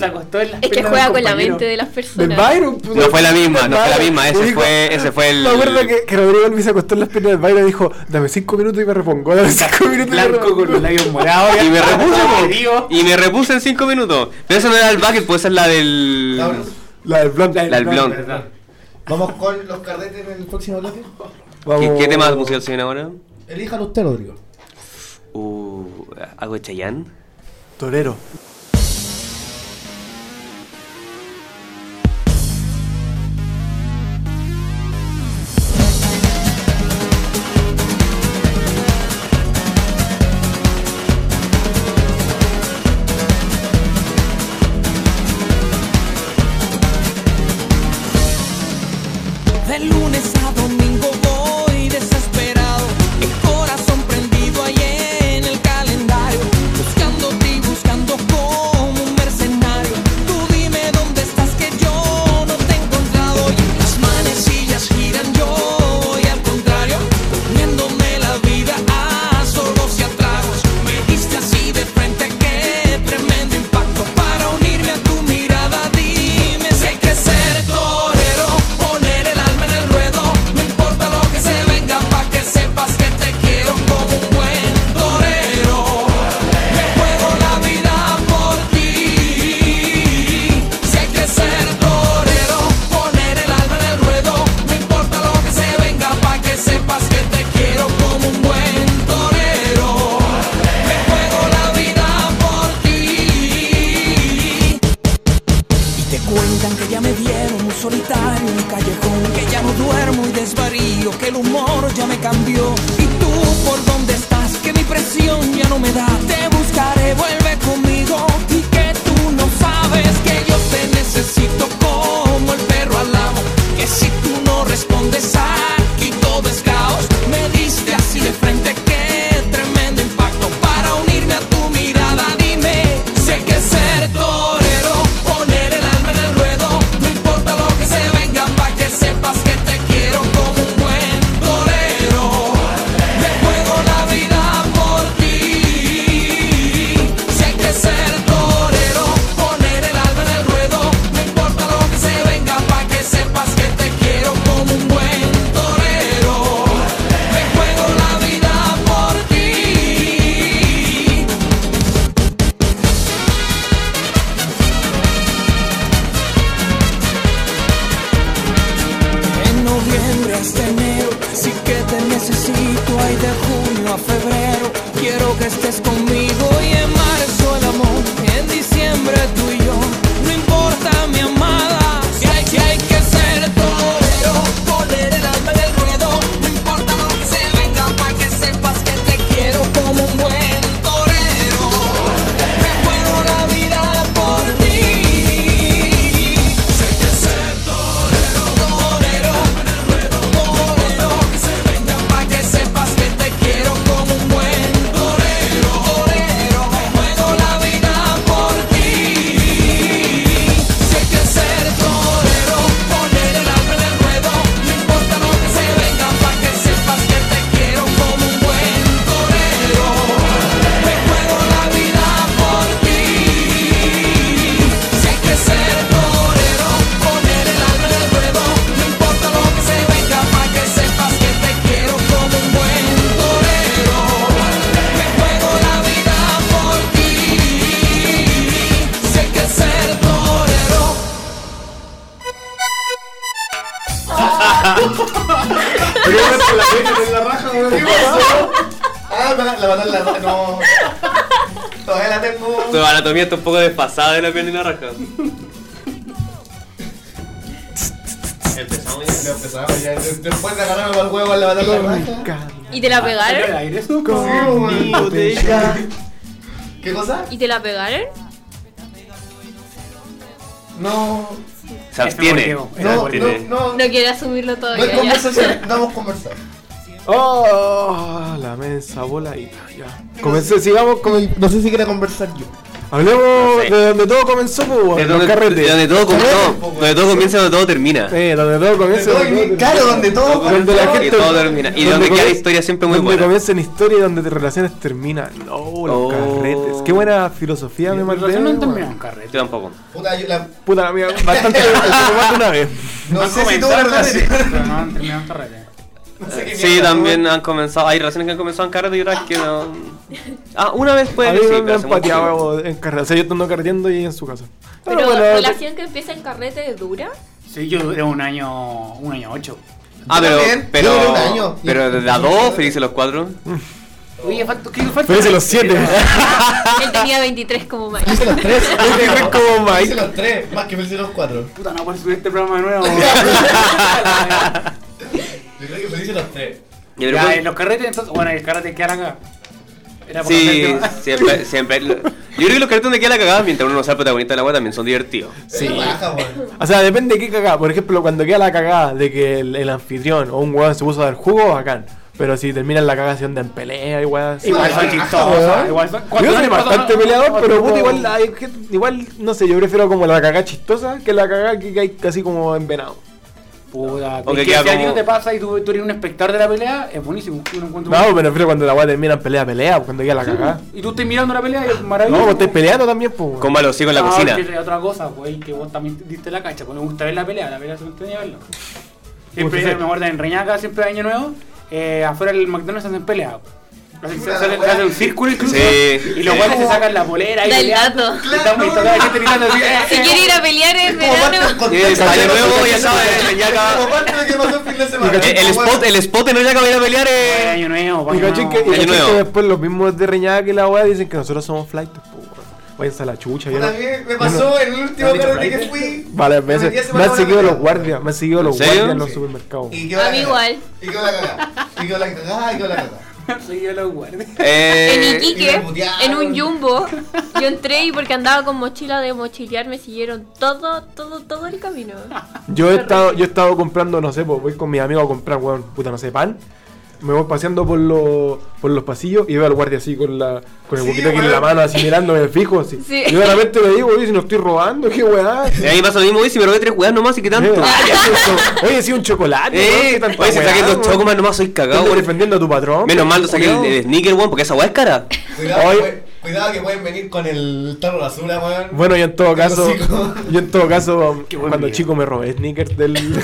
S6: Es que juega con la mente de las
S1: *laughs* Del
S6: personas.
S1: Byron, pues,
S4: No fue la misma, no fue la
S1: Byron,
S4: misma, ese
S1: me dijo-
S4: fue- ese fue el-
S1: Me acuerdo que, que Rodrigo Alvis se acostó en las piernas del Byron y dijo: Dame cinco minutos y me repongo. Dame cinco minutos y me
S2: Blanco con
S1: repongo.
S2: los labios morados.
S4: Y me repuse, po.
S2: Ah, Digo,
S4: Y me repuse en 5 minutos. Pero esa no era el bucket, pues esa es la del.
S3: Cabros,
S1: La del blond.
S4: La del blond.
S2: ¿verdad?
S3: Vamos con los cardetes en el próximo bloque.
S4: ¿Qué, qué tema musical se viene ahora?
S3: Elíjalo usted, Rodrigo.
S4: Uh, ¿Algo de Chayanne?
S1: Torero.
S5: De lunes a domingo voy desesperado, el corazón prendido ahí en el calendario, buscándote y buscando como un mercenario. Tú dime dónde estás que yo no te he encontrado y las manecillas giran yo voy al contrario, comiéndome la vida a solos y a tragos. Me diste así de frente qué tremendo impacto para unirme a tu mirada. Dime si hay que ser torero, poner el alma en el ruedo. No importa lo que se venga, pa' que sepas que te quiero como un buen torero. Me juego la vida por ti. Si hay que ser torero, poner el alma en el ruedo. No importa lo que se venga, pa' que sepas que te quiero como un buen torero. Me juego la vida por ti. Y te cuentan que ya me dieron un solitario, un callejón, que ya no duermo y desvarío, que el humor ya me cambió. Y tú por dónde estás, que mi presión ya no me da. Te buscaré, vuelve conmigo y que tú no sabes que yo te necesito como el perro al amo. Que si tú no respondes aquí todo es caos. Me diste así de frente que tremendo impacto para unirme a tu mirada. Dime, sé que ser torero, poner el alma en el ruedo. No importa lo que se venga, pa' que sepas que te quiero como un buen torero. Me juego la vida por ti. Si hay que ser torero, poner el alma en el ruedo. No importa lo que se venga, pa' que sepas que te quiero como un buen torero. Me juego la vida por ti. En noviembre hasta enero, sí que te necesito. Ay, de junio a febrero, quiero que estés conmigo. Y en marzo el amor, en diciembre tú y yo. No importa mi amada, si hay, si hay que ser torero, poner el alma en el ruedo. No importa lo que se venga, para que sepas que te quiero como un buen torero. Me juego la vida por ti. Si hay que ser torero, torero. Por lo que se venga, pa' que sepas que te quiero como un buen torero.
S3: Ah, la banana, la no. Todavía la tengo.
S4: Tu anatomía está un poco desfasada de la piel y la *laughs* raja. Empezamos
S3: Lo empezamos ya. de- Después de agarrarme para el huevo en la banana, la raja.
S6: ¿Y
S4: Ah,
S6: te la
S2: ¿Salió al
S6: pegaron?
S2: aire eso?
S3: Conmigo te llega. ¿Qué cosa?
S6: ¿Y te la pegaron?
S3: No.
S4: Se abstiene.
S2: F por Diego.
S4: Se
S3: No, no,
S4: abstiene.
S3: no.
S6: No quiero asumirlo
S3: No hay
S6: todavía. ya.
S3: conversación, no hemos conversado.
S1: Oh, la mensa bola y ya. Comencé, sigamos con el-
S3: No sé si quiera conversar yo.
S1: Hablemos
S4: No sé.
S1: de donde todo comenzó, pues,
S4: De
S1: los
S4: donde,
S1: carretes.
S4: de donde todo
S3: Carrete,
S4: comenzó,
S3: po, weón.
S4: donde todo comienza, donde todo termina.
S1: Eh, donde todo comienza.
S3: Donde
S1: donde
S3: todo-
S1: todo
S3: claro,
S1: termina.
S3: donde todo
S1: Donde la
S3: comenzó.
S1: gente.
S4: Y todo termina. Y donde queda
S1: comienza-
S4: historia siempre muy buena.
S1: Donde comienzan historias y donde te relaciones terminan. No, los
S4: Oh.
S1: carretes. Qué buena filosofía me
S2: Mis
S1: mandé.
S2: relaciones no
S1: weón.
S2: terminaron,
S4: Yo
S2: carrete.
S4: tampoco.
S3: Puta, yo la.
S1: Puta la mía, bastante como más de una
S4: *laughs*
S1: vez.
S3: No
S2: Han
S3: sé si tuvo
S2: comenzado
S3: una relación.
S2: carrete, pero no han terminado en carrete.
S3: No sé qué
S4: Sí,
S3: mierda,
S4: también
S3: weón.
S4: han comenzado. Hay relaciones que han comenzado en carrete y otras que no. Ah, una vez
S1: A
S4: puede
S1: mí
S4: que sí,
S1: me- me
S4: pero hace
S1: han
S4: mucho
S1: pateado
S4: tiempo.
S1: weón, en carrera. O sea, yo estando carreteando y ella en su casa.
S6: *laughs*
S1: Ah,
S6: Pero
S1: Bueno,
S6: la
S1: bueno,
S6: relación que empieza en carrete
S4: *laughs*
S6: dura.
S2: Sí, yo duré un año, un año ocho.
S4: Ah,
S3: Yo también,
S4: pero.
S3: yo duré un año.
S4: Pero, pero desde a dos, felices los cuatro.
S2: Oye, falta, ¿qué falta?
S1: Felices los siete.
S6: Él tenía 23 como Mike.
S3: Hice los tres.
S1: Es como Mike.
S3: Hice los tres, más que felices los cuatro.
S2: Puta, no puedo subir este programa de
S4: *laughs*
S2: nuevo.
S3: Yo creo que felices los tres.
S4: Y
S2: Ya,
S4: después-
S2: en los carretes, entonces, bueno, el carrete que harán acá. Era por
S4: Sí,
S2: hacer *laughs* tema.
S4: siempre, siempre. Yo creo que los carretes donde queda la cagada mientras uno no sea el protagonista de la agua también son divertidos.
S3: Sí. Baja, weón.
S1: O sea, depende de qué cagada. Por ejemplo, cuando queda la cagada de que el, el anfitrión o un weón se puso a dar jugo, bacán. Pero si terminan la cagada, se andan en pelea y weón. así.
S2: Igual son
S3: Ah,
S2: chistosos, ¿eh?
S1: weón.
S2: igual son.
S1: Yo soy bastante peleador, pero puta, igual,
S2: la
S1: hay gente- igual, no sé, yo prefiero como la cagada chistosa que la cagada que hay casi como envenado.
S2: Puta,
S4: O que
S2: es que
S4: queda
S2: si a ti
S4: como-
S2: no te pasa y tú, tú eres un espectador de la pelea, es buenísimo. Yo lo encuentro
S1: No,
S2: bueno.
S1: pero prefiero cuando la weá termina en pelea, pelea, pues, cuando queda la
S2: *laughs*
S1: cagada.
S2: Y tú estás mirando la pelea y es maravilloso.
S1: No, vos estáis peleando también, pues. weón.
S4: Con malos hijos en la
S2: Ah,
S4: cocina.
S2: que es otra cosa, güey, que vos también diste la cacha, pues me gusta ver la pelea, la pelea se me entretenía verla. Siempre
S1: Puta,
S2: me acuerdo en Reñaca, siempre año nuevo, eh, afuera del McDonald's hacen pelea. pues. Hacen, se,
S3: Puta,
S2: hacen-
S3: la
S2: hacen un
S3: wea.
S2: círculo incluso
S4: Sí.
S2: y los guantes se sacan la polera y
S6: Del
S2: pelean.
S6: gato.
S2: Y están y toda la gente gritando así. eh,
S6: Si
S2: eh,
S6: quiere ir a pelear en
S3: Como parte del
S6: verano.
S3: contexto.
S4: Eh, año nuevo, ya sabes, ya acaba.
S3: Como parte de que pasó el fin de semana.
S4: El, el spot, el spot de no llega a ir a pelear
S2: eh,
S4: es.
S2: Año nuevo,
S1: Y
S2: año
S1: cachín que, y
S4: Año
S2: nuevo.
S1: cachín que
S4: nuevo.
S1: después los mismos de reñada que la weá dicen que nosotros somos flight, pues. Váyanse a la chucha, yo no-
S3: También me
S1: yo
S3: pasó en el último
S2: ¿No has dicho
S3: carrete que
S2: Friday?
S3: fui.
S1: Vale,
S3: que
S1: me,
S3: metí a
S1: hace- me
S3: semana
S1: han seguido
S3: una
S1: los guardias, me han seguido los
S4: ¿En serio?
S1: guardias en los
S4: Sí.
S1: supermercados.
S3: Y quedó la
S6: A mí
S3: cagada.
S6: igual.
S3: Y quedó la cagada. Y quedó la cagada. Y quedó la cagada.
S2: *laughs* Sí, yo los guardias.
S6: En
S4: Eh,
S3: y me
S6: Iquique,
S3: mutearon.
S6: en un jumbo, yo entré y porque andaba con mochila de mochilear me siguieron todo, todo, todo el camino.
S1: Yo he estado, yo he estado comprando, no sé, pues voy con mis amigos a comprar, weón, puta, no sé, pan. Me voy paseando por los, por los pasillos y veo al guardia así con la con el
S3: Sí,
S1: boquito aquí en
S3: weón.
S1: la mano, así mirándome fijo, así.
S6: Sí.
S1: Yo de repente le digo, oye, si no estoy robando, qué
S4: *laughs*
S1: weá.
S4: y ahí pasa lo mismo, oye, si me robé tres weas nomás y qué tanto.
S1: Eh,
S4: *laughs*
S1: Oye, sí, un chocolate, weón,
S4: Eh,
S1: qué tanta
S4: oye, si
S1: weá,
S4: saqué dos
S1: weón.
S4: chocomas nomás soy cagado,
S1: Andas
S4: weón.
S1: defendiendo a tu patrón. pues,
S4: Menos mal no saqué el, el sneaker, weón, porque esa wea es cara.
S3: Cuidado,
S1: Hoy-
S3: que pueden- cuidado que pueden venir con el tarro de basura, weón.
S1: Bueno, yo en todo caso,
S3: hocico.
S1: yo en todo caso,
S2: *laughs* Qué buen
S1: cuando
S2: video.
S1: chico me robé sneakers del. *laughs*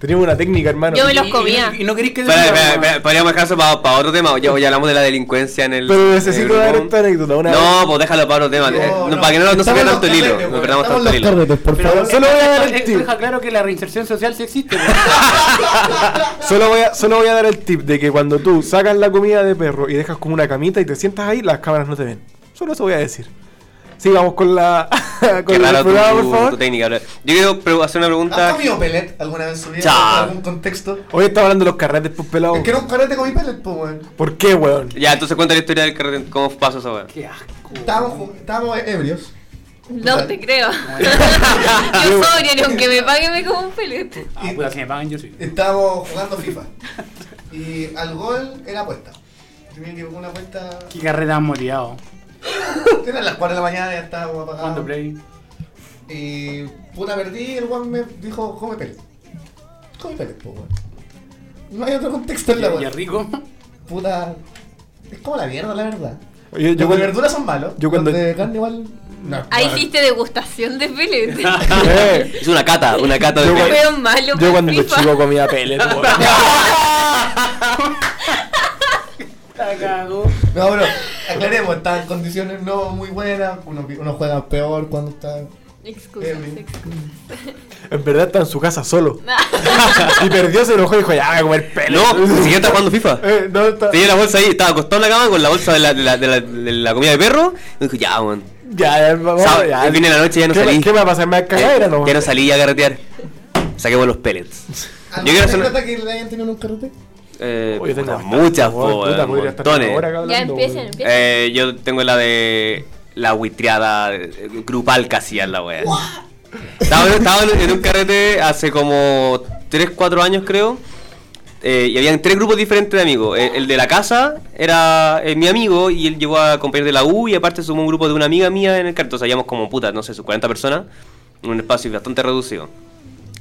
S1: Teníamos una técnica, hermano.
S6: Yo me los
S2: Y- y-
S6: comía.
S2: Y, no queréis que
S4: Espera, espera, espera, podríamos dejar eso para, otro tema. o Ya, o ya hablamos de la delincuencia en el.
S1: Pero
S4: en
S1: necesito
S4: el
S1: dar
S4: grupo.
S1: esta anécdota. Una vez.
S4: No, pues déjalo para otro tema. eh,
S3: No,
S4: no,
S3: no.
S4: Para que no, no se
S3: Estamos
S4: pierda
S3: en los
S4: tanto el hilo.
S3: carretes,
S4: No
S3: weón,
S4: perdamos
S3: estamos
S4: tanto el
S3: en los
S4: hilo.
S3: carretes, por
S2: Pero
S3: favor.
S1: Solo voy a dar el
S2: esto
S1: tip.
S2: deja claro que la reinserción social sí existe. pues. güey.
S1: Solo voy, a, solo voy a dar el tip de que cuando tú sacas la comida de perro y dejas como una camita y te sientas ahí, las cámaras no te ven. Solo eso voy a decir. Sigamos con la. *laughs* con
S4: Qué
S1: el
S4: raro tu,
S1: programa, por
S4: tu
S1: favor. Ah,
S4: técnica. bro. Yo quiero pre- hacer una
S3: ¿Has
S4: pregunta.
S3: comido pellet alguna vez en su vida?
S4: Chao.
S3: ¿En algún contexto?
S1: Hoy estaba hablando de los carretes, pues pelado.
S3: Es que era un carrete con mi pellet, po, weón.
S1: ¿Por qué, weón?
S4: Ya, entonces cuenta la historia del carrete, cómo pasó esa wea.
S2: Qué asco.
S3: Estábamos, ju- estábamos ebrios.
S6: No te creo. *laughs* Yo sobria, ni aunque me pague me como un pelete.
S2: Ah, puta, si me pagan yo soy.
S3: Estábamos jugando FIFA. Y al gol era apuesta. Tenía que una apuesta.
S2: Qué carreta han motivado.
S3: Eran las 4 de la mañana, ya estábamos
S2: ¿Cuándo
S3: apagados.
S2: play?
S3: Y puta perdí, el weón me dijo, come pellet. Come pellet, po, weón. No hay otro contexto en la
S2: Ya
S3: weón.
S2: rico.
S3: Puta. Es como la mierda, la verdad.
S1: Yo, yo
S3: Los de
S1: cuando-
S3: verduras son malos.
S1: yo cuando-
S3: Los de carne igual. No.
S6: Ahí hiciste degustación de pelete.
S1: *laughs* Eh,
S4: Es una cata, una cata de.
S1: Yo cuando-
S6: Fue un malo.
S1: yo
S6: para
S1: cuando
S6: FIFA.
S1: chico comía peles, weón.
S6: *laughs*
S2: La cago.
S3: No, bro, aclaremos, están en condiciones no muy buenas, uno, uno juega peor cuando está
S6: Excusas,
S3: Eh,
S1: En verdad está en su casa solo. y perdió, se enojó y dijo, ya voy a comer pelo.
S4: No, si yo estaba jugando FIFA.
S1: Eh, no, está...
S4: Tenía la bolsa ahí, estaba acostado en la cama con la bolsa de la, de la, de la, de la comida de perro. Y dijo, ya, weón.
S1: Ya, ya, vamos,
S4: Sábado,
S1: ya.
S4: el fin de la noche ya no
S1: ¿Qué,
S4: salí.
S1: ¿Qué me va a pasar? Me va a cagar,
S4: Eh,
S1: era nomás.
S4: ya no salí a carretear. Saquemos los pellets. Yo quiero
S3: ¿Alguna
S4: hacer una-
S3: anécdota que le hayan tenido en un carrete?
S4: Eh,
S1: Oye, tengo
S4: puta,
S1: bastante,
S4: muchas,
S1: weón,
S4: po,
S1: puta,
S4: weón,
S1: podría estar una
S4: montones.
S1: hora acá
S6: Ya
S1: hablando,
S6: empiecen,
S1: weón.
S6: empiecen.
S4: Eh, yo tengo la de la buitreada eh, grupal casi a la wea. Estaba, estaba en- en un carrete hace como 3, 4 años creo. eh, y habían tres grupos diferentes de amigos. Eh, El, el de la casa era eh, mi amigo y él llegó a compañeros de la U y aparte sumó un grupo de una amiga mía en el carrete. O sea, íbamos como putas, no sé, sus 40 personas en un espacio bastante reducido.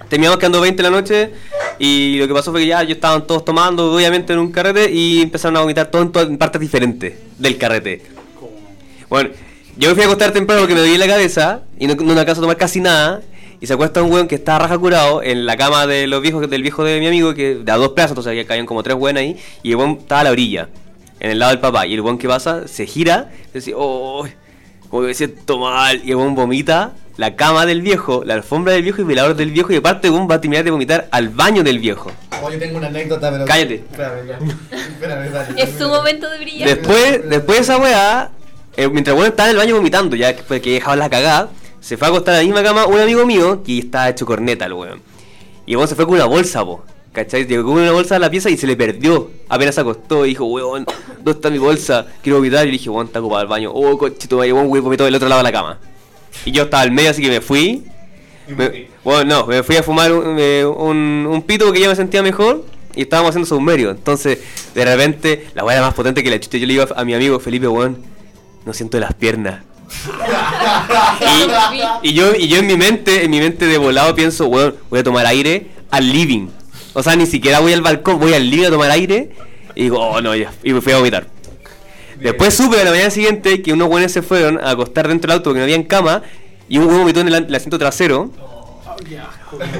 S4: Terminamos quedando 20 en la noche y lo que pasó fue que ya yo estaban todos tomando, obviamente, en un carrete y empezaron a vomitar todos en, todas- en partes diferentes del carrete. Bueno, yo me fui a acostar temprano porque me doy en la cabeza y no, no me alcanzo a tomar casi nada. Y se acuesta un weón que está raja curado en la cama de los viejos, del viejo de mi amigo, que de a dos plazas, entonces había caían como tres weones ahí. Y el weón estaba a la orilla, en el lado del papá. Y el weón que pasa se gira, y dice, oh, como que me siento mal. Y el weón vomita la cama del viejo, la alfombra del viejo y el velador del viejo. Y aparte, el weón va a terminar de vomitar al baño del viejo.
S3: Oh, yo tengo una anécdota, pero.
S4: Cállate.
S3: Espérame, ya. Espérame, dale.
S6: Es
S3: *laughs*
S6: su momento de brillar.
S4: Después, después de esa weá, eh, mientras bueno estaba en el baño vomitando, ya después que he dejado la cagada, se fue a acostar a la misma cama un amigo mío que estaba hecho corneta el weón. Y el weón se fue con una bolsa, po. ¿Cachai? Llegó con una bolsa a la pieza y se le perdió. Apenas se acostó y dijo, weón, ¿dónde está mi bolsa? Quiero vomitar. Y le dije, weón, está ocupado el baño. Oh, cochito, weón, weón, vomitó del otro lado de la cama. Y yo estaba al medio, así que me fui. Me- bueno, no, me fui a fumar un, eh, un- un pito porque ya me sentía mejor y estábamos haciendo saumerio. Entonces, de repente, la weá era más potente que la chucha. Yo le digo a, a mi amigo Felipe, weón, no siento las piernas. y, y yo, y yo en mi mente, en mi mente de volado pienso, weón, voy a tomar aire al living. O sea, ni siquiera voy al balcón, voy al living a tomar aire. Y digo, oh no, ya. Y me fui a vomitar. Después supe a la mañana siguiente que unos weones se fueron a acostar dentro del auto porque no había cama y un huevo vomitó en el, an- el asiento trasero.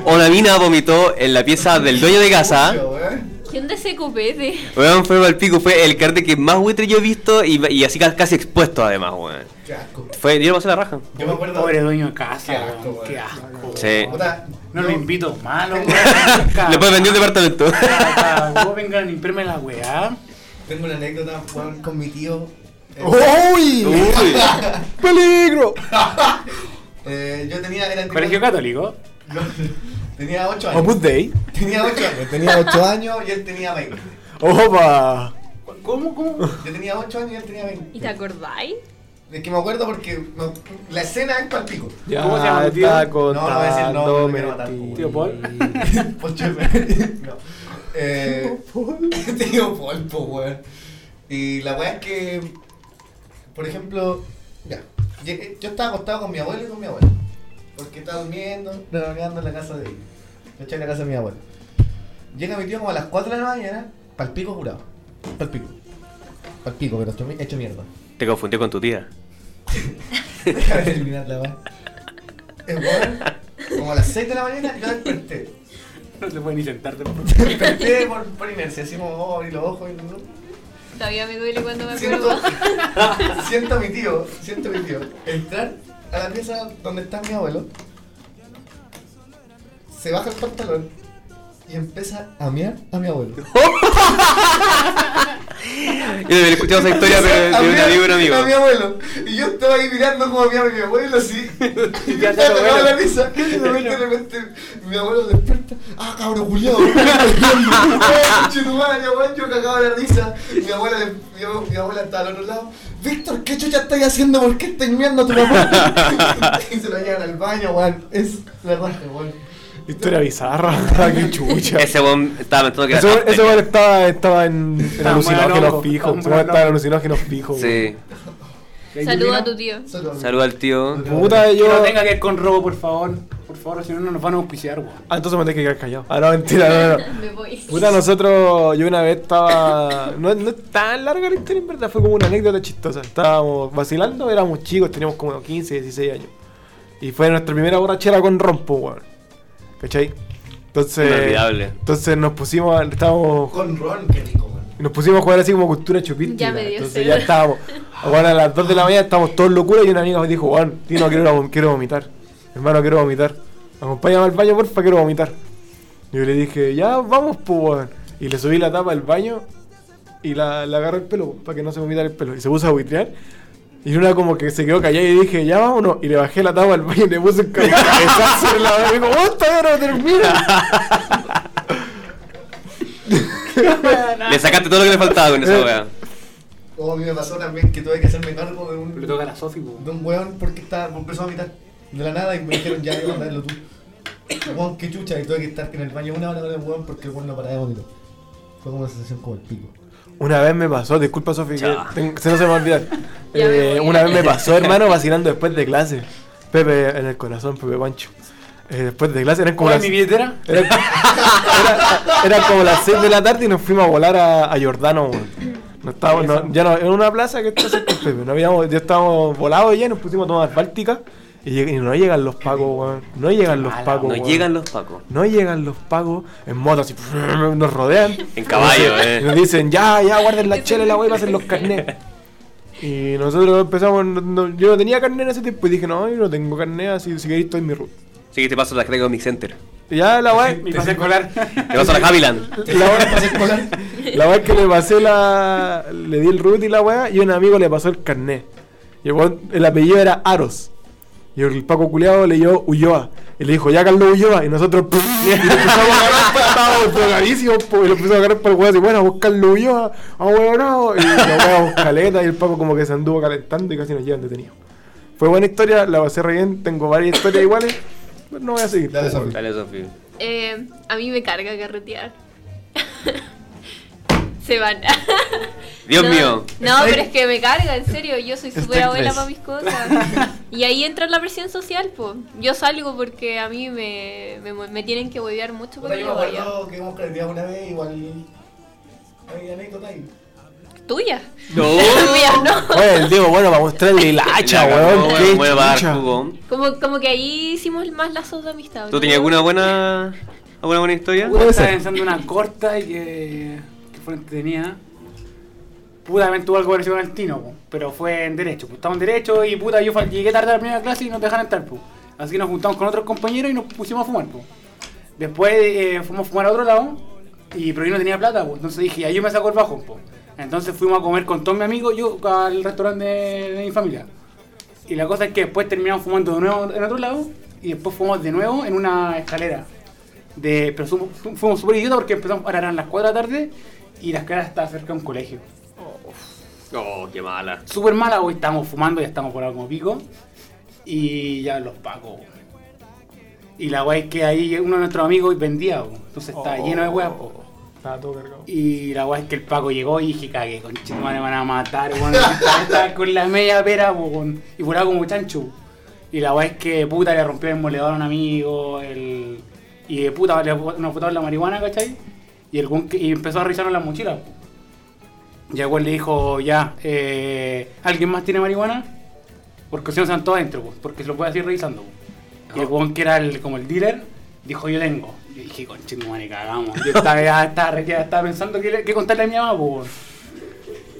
S4: O la mina vomitó en la pieza del dueño de casa. ¿ah?
S3: Obvio, weón.
S6: ¿Qué onda ese copete?
S4: Weón, fue mal pico, fue el carrete que más buitre yo he visto y, y así ca- casi expuesto además, weón.
S3: Qué asco.
S4: Fue, yo lo pasé la raja.
S3: Yo me acuerdo.
S2: Pobre dueño de
S3: Qué
S2: casa,
S3: asco,
S2: weón, Qué
S3: weón.
S2: asco.
S4: Sí.
S3: Puta,
S2: No
S3: yo-
S2: lo invito, malo, weón.
S4: Después vendió el departamento.
S2: Acá, Vos vengan a imprimirme la weá.
S3: Tengo una anécdota, weón, con mi tío. Eh,
S2: Oh.
S1: ¡Uy!
S4: Uy.
S1: ¡Peligro!
S3: eh, yo tenía. Era el tipo-
S2: Colegio católico.
S3: *laughs* yo
S2: Oh,
S3: tenía 8 años.
S1: Mamut Day.
S3: Tenía 8 años. Tenía 8 años y él tenía 20.
S1: ¡Opa!
S2: ¿Cómo, cómo?
S3: Yo tenía 8 años y él tenía 20.
S6: ¿Y te acordáis?
S3: Es que me acuerdo porque me- la escena es palpico.
S2: ¿Cómo se llama tu tío?
S1: está
S3: No, no voy a decir el nombre,
S1: contando
S3: me quiero matar.
S1: mentiras.
S2: Tío Paul.
S3: *laughs* Poncho de Pues No. Eh, *laughs* tío Polpo, weón. Y la weá es que, por ejemplo, ya. llegué- Yo estaba acostado con mi abuelo y con mi abuela. Porque estaba durmiendo, reuniendo en la casa de ella. Yo estoy en la casa de mi abuela. Llega mi tío como a las 4 de la mañana, palpico curado. Palpico. Palpico, pero estoy hecho mierda.
S4: Te confundió con tu tía.
S3: Déjame terminar la weá. El weón, como a las 6 de la mañana, yo desperté.
S2: No te pueden ni sentarte. por-
S3: desperté por, por inercia, así como oh, abrí los ojos y no.
S6: Todavía me duele cuando me acuerdo.
S3: Siento, *laughs* siento a mi tío, siento a mi tío entrar a la pieza donde está mi abuelo. Se baja el pantalón y empieza a mear a mi abuelo.
S4: Yo había escuchado esa historia, pero
S3: A
S4: de un
S3: mear
S4: amigo y un amigo.
S3: A mi abuelo. Y yo estaba ahí mirando como meaba mi abuelo
S2: *laughs*
S3: así. Y
S2: Ya
S3: me
S2: te lo
S3: tocaba
S2: veo.
S3: la risa. Y de
S2: *laughs*
S3: repente, de repente, mi abuelo despierta. Ah, cabrón, culiado. *laughs* Chetumana, weón, yo cagaba la risa. Mi abuela, mi, abu- mi abuela estaba al otro lado. Víctor, ¿qué chucha estáis haciendo? ¿Por qué estáis mirando a tu papá? *laughs* y se lo llevan al baño, weón. Es la raja, weón.
S1: Historia bizarra, qué chucha.
S4: Ese weón estaba pensando que era.
S1: Ese weón-
S4: Dante.
S1: ese weón estaba, estaba en, en
S2: Ah, bueno,
S1: alucinógenos
S2: loco.
S1: fijos. Ese
S2: Ah,
S1: weón estaba en
S2: bueno.
S1: alucinógenos fijos.
S4: Sí.
S6: Saluda a tu tío.
S3: Solo-
S4: Saluda al tío.
S1: weón. Puta,
S2: Que
S1: yo.
S2: no tenga que ver con robo, por favor. Por favor, si no, no nos van a auspiciar, weón.
S1: Ah, entonces me tengo que quedar callado. Ah, no, mentira, no,
S2: *laughs*
S1: no.
S6: Me voy.
S1: Puta, nosotros, yo una vez estaba. No, no es tan larga la historia, en verdad, fue como una anécdota chistosa. Estábamos vacilando, éramos chicos, teníamos como 15, 16 años. Y fue nuestra primera borrachera con rompo, weón. ¿Cachai? Entonces.
S4: Inolvidable.
S1: Entonces nos pusimos, a- estábamos
S3: Con Ron, qué rico, weón.
S1: y nos pusimos a jugar así como cultura chupística.
S6: Ya me dio
S1: Entonces
S6: sed.
S1: ya estábamos. Ahora a las 2 de la mañana estábamos todos locura y una amiga me dijo, Juan, tío, no quiero, quiero vomitar. hermano, quiero vomitar. Acompáñame al baño, porfa, quiero vomitar. Yo le dije, ya, vamos, pues, weón. Y le subí la tapa al baño y la, la agarré el pelo, po, para que no se vomitara el pelo. Y se puso a buitrear. Y una como que se quedó callada y dije, ya vámonos. Y le bajé la tapa al baño y le puse un cabezazo en la mano. Y dijo, ¡oh, todavía no termina!
S4: Le sacaste todo lo que le faltaba con esa weá.
S3: Oh, a mí me pasó también que tuve que hacerme cargo de un,
S2: Le toca a la Sofi, po.
S3: de un weón porque estaba, empezó a vomitar de la nada y me dijeron, ya, ya, mandarlo tú. Weón, qué chucha, y tuve que estar en el baño una hora con el weón porque el weón no paraba de vomitar. Fue como una sensación como el pico.
S1: Una vez me pasó, disculpa Sofi, que
S4: Ya.
S1: ten- se no se me va a olvidar.
S6: Ya me
S1: Eh,
S6: voy.
S1: una vez me pasó, hermano, vacilando después de clase. Pepe en el corazón, Pepe Pancho. Eh, después de clase eran como
S2: ¿Cuál es
S1: las,
S2: mi billetera?
S1: era, era- era como las 6 de la tarde y nos fuimos a volar a, a Giordano. weón. No estábamos, no- ya no, en una plaza que está cerca del Pepe. No habíamos, ya estábamos volados ya, nos pusimos a tomar Báltica y, lleg- y no llegan los pagos, weón. No llegan los
S2: mala,
S1: pagos.
S4: No
S1: weón.
S4: llegan los pacos.
S1: No llegan los pagos en moto, así *laughs* nos rodean.
S4: En caballo,
S1: Y nos
S4: eh.
S1: dicen, ya, ya, guarden la chela y la wey, pasen los
S4: *laughs*
S1: carnets. Y nosotros empezamos, no- no- yo no tenía carnet en ese tiempo y dije, no, yo no tengo carnet, así si queréis estoy en mi ruta.
S4: Sí que te paso la carga de mi center.
S1: Y ya la wey,
S2: Mi pase escolar. *laughs*
S4: Te paso la *laughs* Haviland.
S1: la wey, la wey que le pasé la, le di el root y la weá y un amigo le pasó el carnet. Y el, weón- el apellido era Aros. Y el Paco Culeado le dio Ulloa. Y le dijo, ya Carlos Ulloa. Y nosotros, y lo empezamos a agarrar, pa- estábamos drogadísimos, po, y lo empezamos a agarrar para el weón. Y bueno, vos Carlos Ulloa, ah, weón, no. Y la weá, caleta. Y el Paco como que se anduvo calentando y casi nos llevan detenidos. Fue buena historia, la pasé re bien. Tengo varias historias iguales. pero No voy a seguir.
S3: Dale,
S1: po,
S3: Sofi.
S4: Dale, Sofi.
S6: Eh, a mí me carga carretear. *laughs* Se van.
S4: Dios
S6: No,
S4: mío.
S6: No, pero es que me carga, en serio. Yo soy
S4: Estoy
S6: súper abuela
S4: tres.
S6: para mis cosas. Y ahí entra la presión social, pues. Yo salgo porque a mí me, me, me tienen que huevear mucho
S3: Puta,
S6: porque
S3: yo
S6: yo
S3: me
S6: vaya.
S3: acuerdo que hemos carreteado una vez, igual. Hay anécdota ahí.
S4: *laughs*
S6: ¿Tuya?
S4: No.
S6: Mía, no.
S1: Oye, el Diego, bueno, para mostrarle la hacha,
S4: La
S1: Ah, weón.
S4: cagó,
S1: qué
S4: weón, weón, va a dar
S1: chucha.
S4: jugo.
S6: Como, como que ahí hicimos más lazos de amistad.
S4: ¿Tú
S6: ¿no?
S4: tenías alguna buena, alguna buena historia?
S1: Puede
S2: Estaba
S1: ser.
S2: pensando una corta y que, que fue entretenida. Puta, también tuvo algo parecido con el Tino, po, pero fue en Derecho. Pues, estaba en Derecho y puta, yo fal- llegué tarde a la primera clase y nos dejaron entrar, po. Así que nos juntamos con otros compañeros y nos pusimos a fumar, po. Después eh, fuimos a fumar a otro lado, y, pero yo no tenía plata, po. Entonces dije, ahí yo me saco el bajo, po. Entonces fuimos a comer con todos mis amigos, yo al restaurante de, de mi familia. Y la cosa es que después terminamos fumando de nuevo en otro lado y después fumamos de nuevo en una escalera. De, pero sumo- fu- fuimos súper idiotas porque empezamos ahora eran las 4 de la tarde y la escalera estaba cerca de un colegio.
S4: Oh, qué mala.
S2: Súper mala, hoy estamos fumando, ya estamos por algo como pico. Y ya los pagó. Y la weá es que ahí uno de nuestros amigos vendía, po. entonces estaba
S4: Oh.
S2: lleno de weá. po.
S1: Estaba todo cargado.
S2: Y la weá es que el Paco llegó y dije, cagué, conchito, me van a matar, weón. *laughs* Estaba con la media pera, po, weón. Y volaba como chancho. Y la weá es que, puta, le rompió el moledor a un amigo, el... Y de puta, le bot- nos botaron la marihuana, ¿cachai? Y, el weón que- y empezó a rizarnos las mochilas, po. Y el weón le dijo, ya, eh, ¿alguien más tiene marihuana? Porque si no se van todos adentro, po, porque se lo puede seguir revisando, po. Y el weón que era el, como el dealer, dijo yo tengo. Yo dije, conchito, madre, cagamos. Yo estaba, ya estaba, re- ya estaba pensando que, le- que contarle a mi mamá, pues.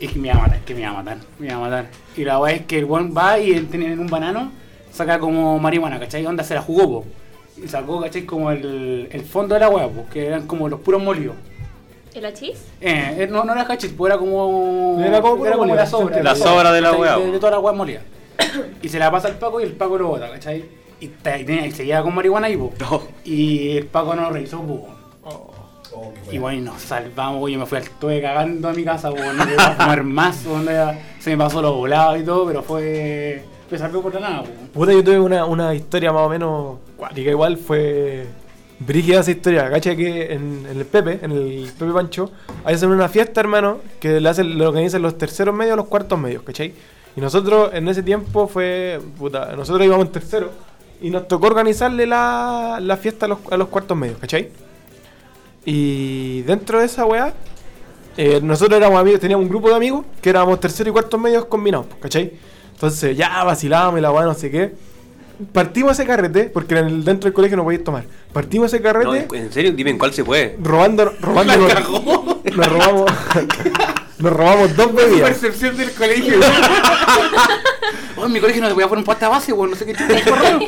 S2: Y que me iba a matar, que me iba a matar, me iba a matar. Y la weá es que el weón va y él tiene en un banano, saca como marihuana, ¿cachai? Onda se la jugó, po. Y sacó, ¿cachai? Como el, el fondo de la weá, pues, que eran como los puros molidos.
S6: ¿El achis?
S2: Eh, eh, no, no era cachis, pues era como.
S1: Era como pura
S2: la
S1: molida,
S2: sobra.
S1: la
S4: sobra de la
S2: ¿cachai?
S4: hueá,
S2: De,
S4: po.
S2: de toda la hueá molida. Y se la pasa al Paco y el Paco lo bota, ¿cachai? Y, ta- y tenía- y seguía con marihuana y po.
S4: No.
S2: Y el Paco no lo revisó, po.
S3: Oh, qué
S2: Y
S3: bueno.
S2: bueno, y nos salvamos, oye, me fui al toque cagando a mi casa, po, no iba a *laughs* fumar más, po, no iba- se me pasó los volados y todo, pero fue. Me salvé por la nada, po.
S1: Puta, yo tuve una, una historia más o menos cuática igual, fue brígida esa historia. Cacha que en, en el Pepe, en el Pepe Pancho, ahí hacen una fiesta, hermano, que le hacen, lo organizan los terceros medios a los cuartos medios, ¿cachai? Y nosotros en ese tiempo fue, puta, nosotros íbamos en tercero y nos tocó organizarle la, la fiesta a los, a los cuartos medios, ¿cachai? Y dentro de esa weá, eh, nosotros éramos amigos, teníamos un grupo de amigos que éramos tercero y cuarto medios combinados, pues, ¿cachai? Entonces ya vacilábamos y la weá, no sé qué. Partimos ese carrete, porque en el- dentro del colegio no podías tomar. Partimos ese
S4: No,
S1: carrete
S4: en en serio, dime en cuál se puede.
S1: robando, robando. Nos *laughs* robamos. nos robamos dos bebidas.
S2: *laughs* Percepción del colegio. Oh, en mi colegio no te voy a poner un pasta base, weón. No sé qué chuta es *laughs* correo.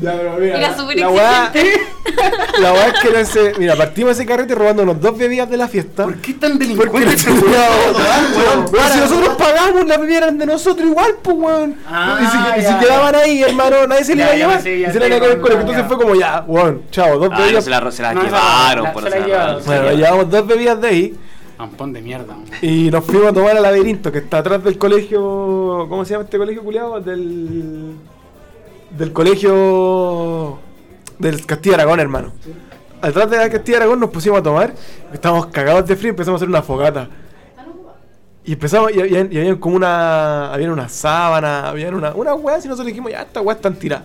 S1: Ya, pero mira.
S6: Era
S1: la-
S6: súper
S1: la weá- La weá es que no sé. Mira, partimos ese carrete robándonos dos bebidas de la fiesta.
S2: ¿Por qué tan
S1: Porque
S2: delincuente?
S1: nos weón. Pero si nosotros pagamos, la bebida eran de nosotros igual, pues, weón.
S2: Ah,
S1: y si, y si
S2: ya.
S1: quedaban ahí, hermano, nadie se le
S2: Ya,
S1: iba a
S2: ya
S1: llevar.
S2: sé, ya
S1: y se le
S2: sé,
S1: iba a quedar el
S2: no,
S1: colegio.
S2: no,
S1: Entonces
S2: ya.
S1: fue como ya, weón, chao, dos
S4: Ay, no,
S1: bebidas.
S4: Ah, se las se las
S2: No, no,
S4: llevaron,
S2: la-
S4: por
S2: se
S4: se
S2: la
S4: las
S2: llevaron.
S4: robaron.
S1: Bueno, nos llevamos dos bebidas de ahí
S2: Tampón Ah, de mierda, weón.
S1: y nos fuimos a tomar al laberinto, que está atrás del colegio. ¿Cómo se llama este colegio culiado? Del. Del colegio. Del Castillo Aragón, hermano. Atrás del Castillo Aragón nos pusimos a tomar, estábamos cagados de frío y empezamos a hacer una fogata. Y empezamos, y, había- y había como una. Había una sábana, había una. Una weá, y nosotros dijimos, ya, esta weá está en tira.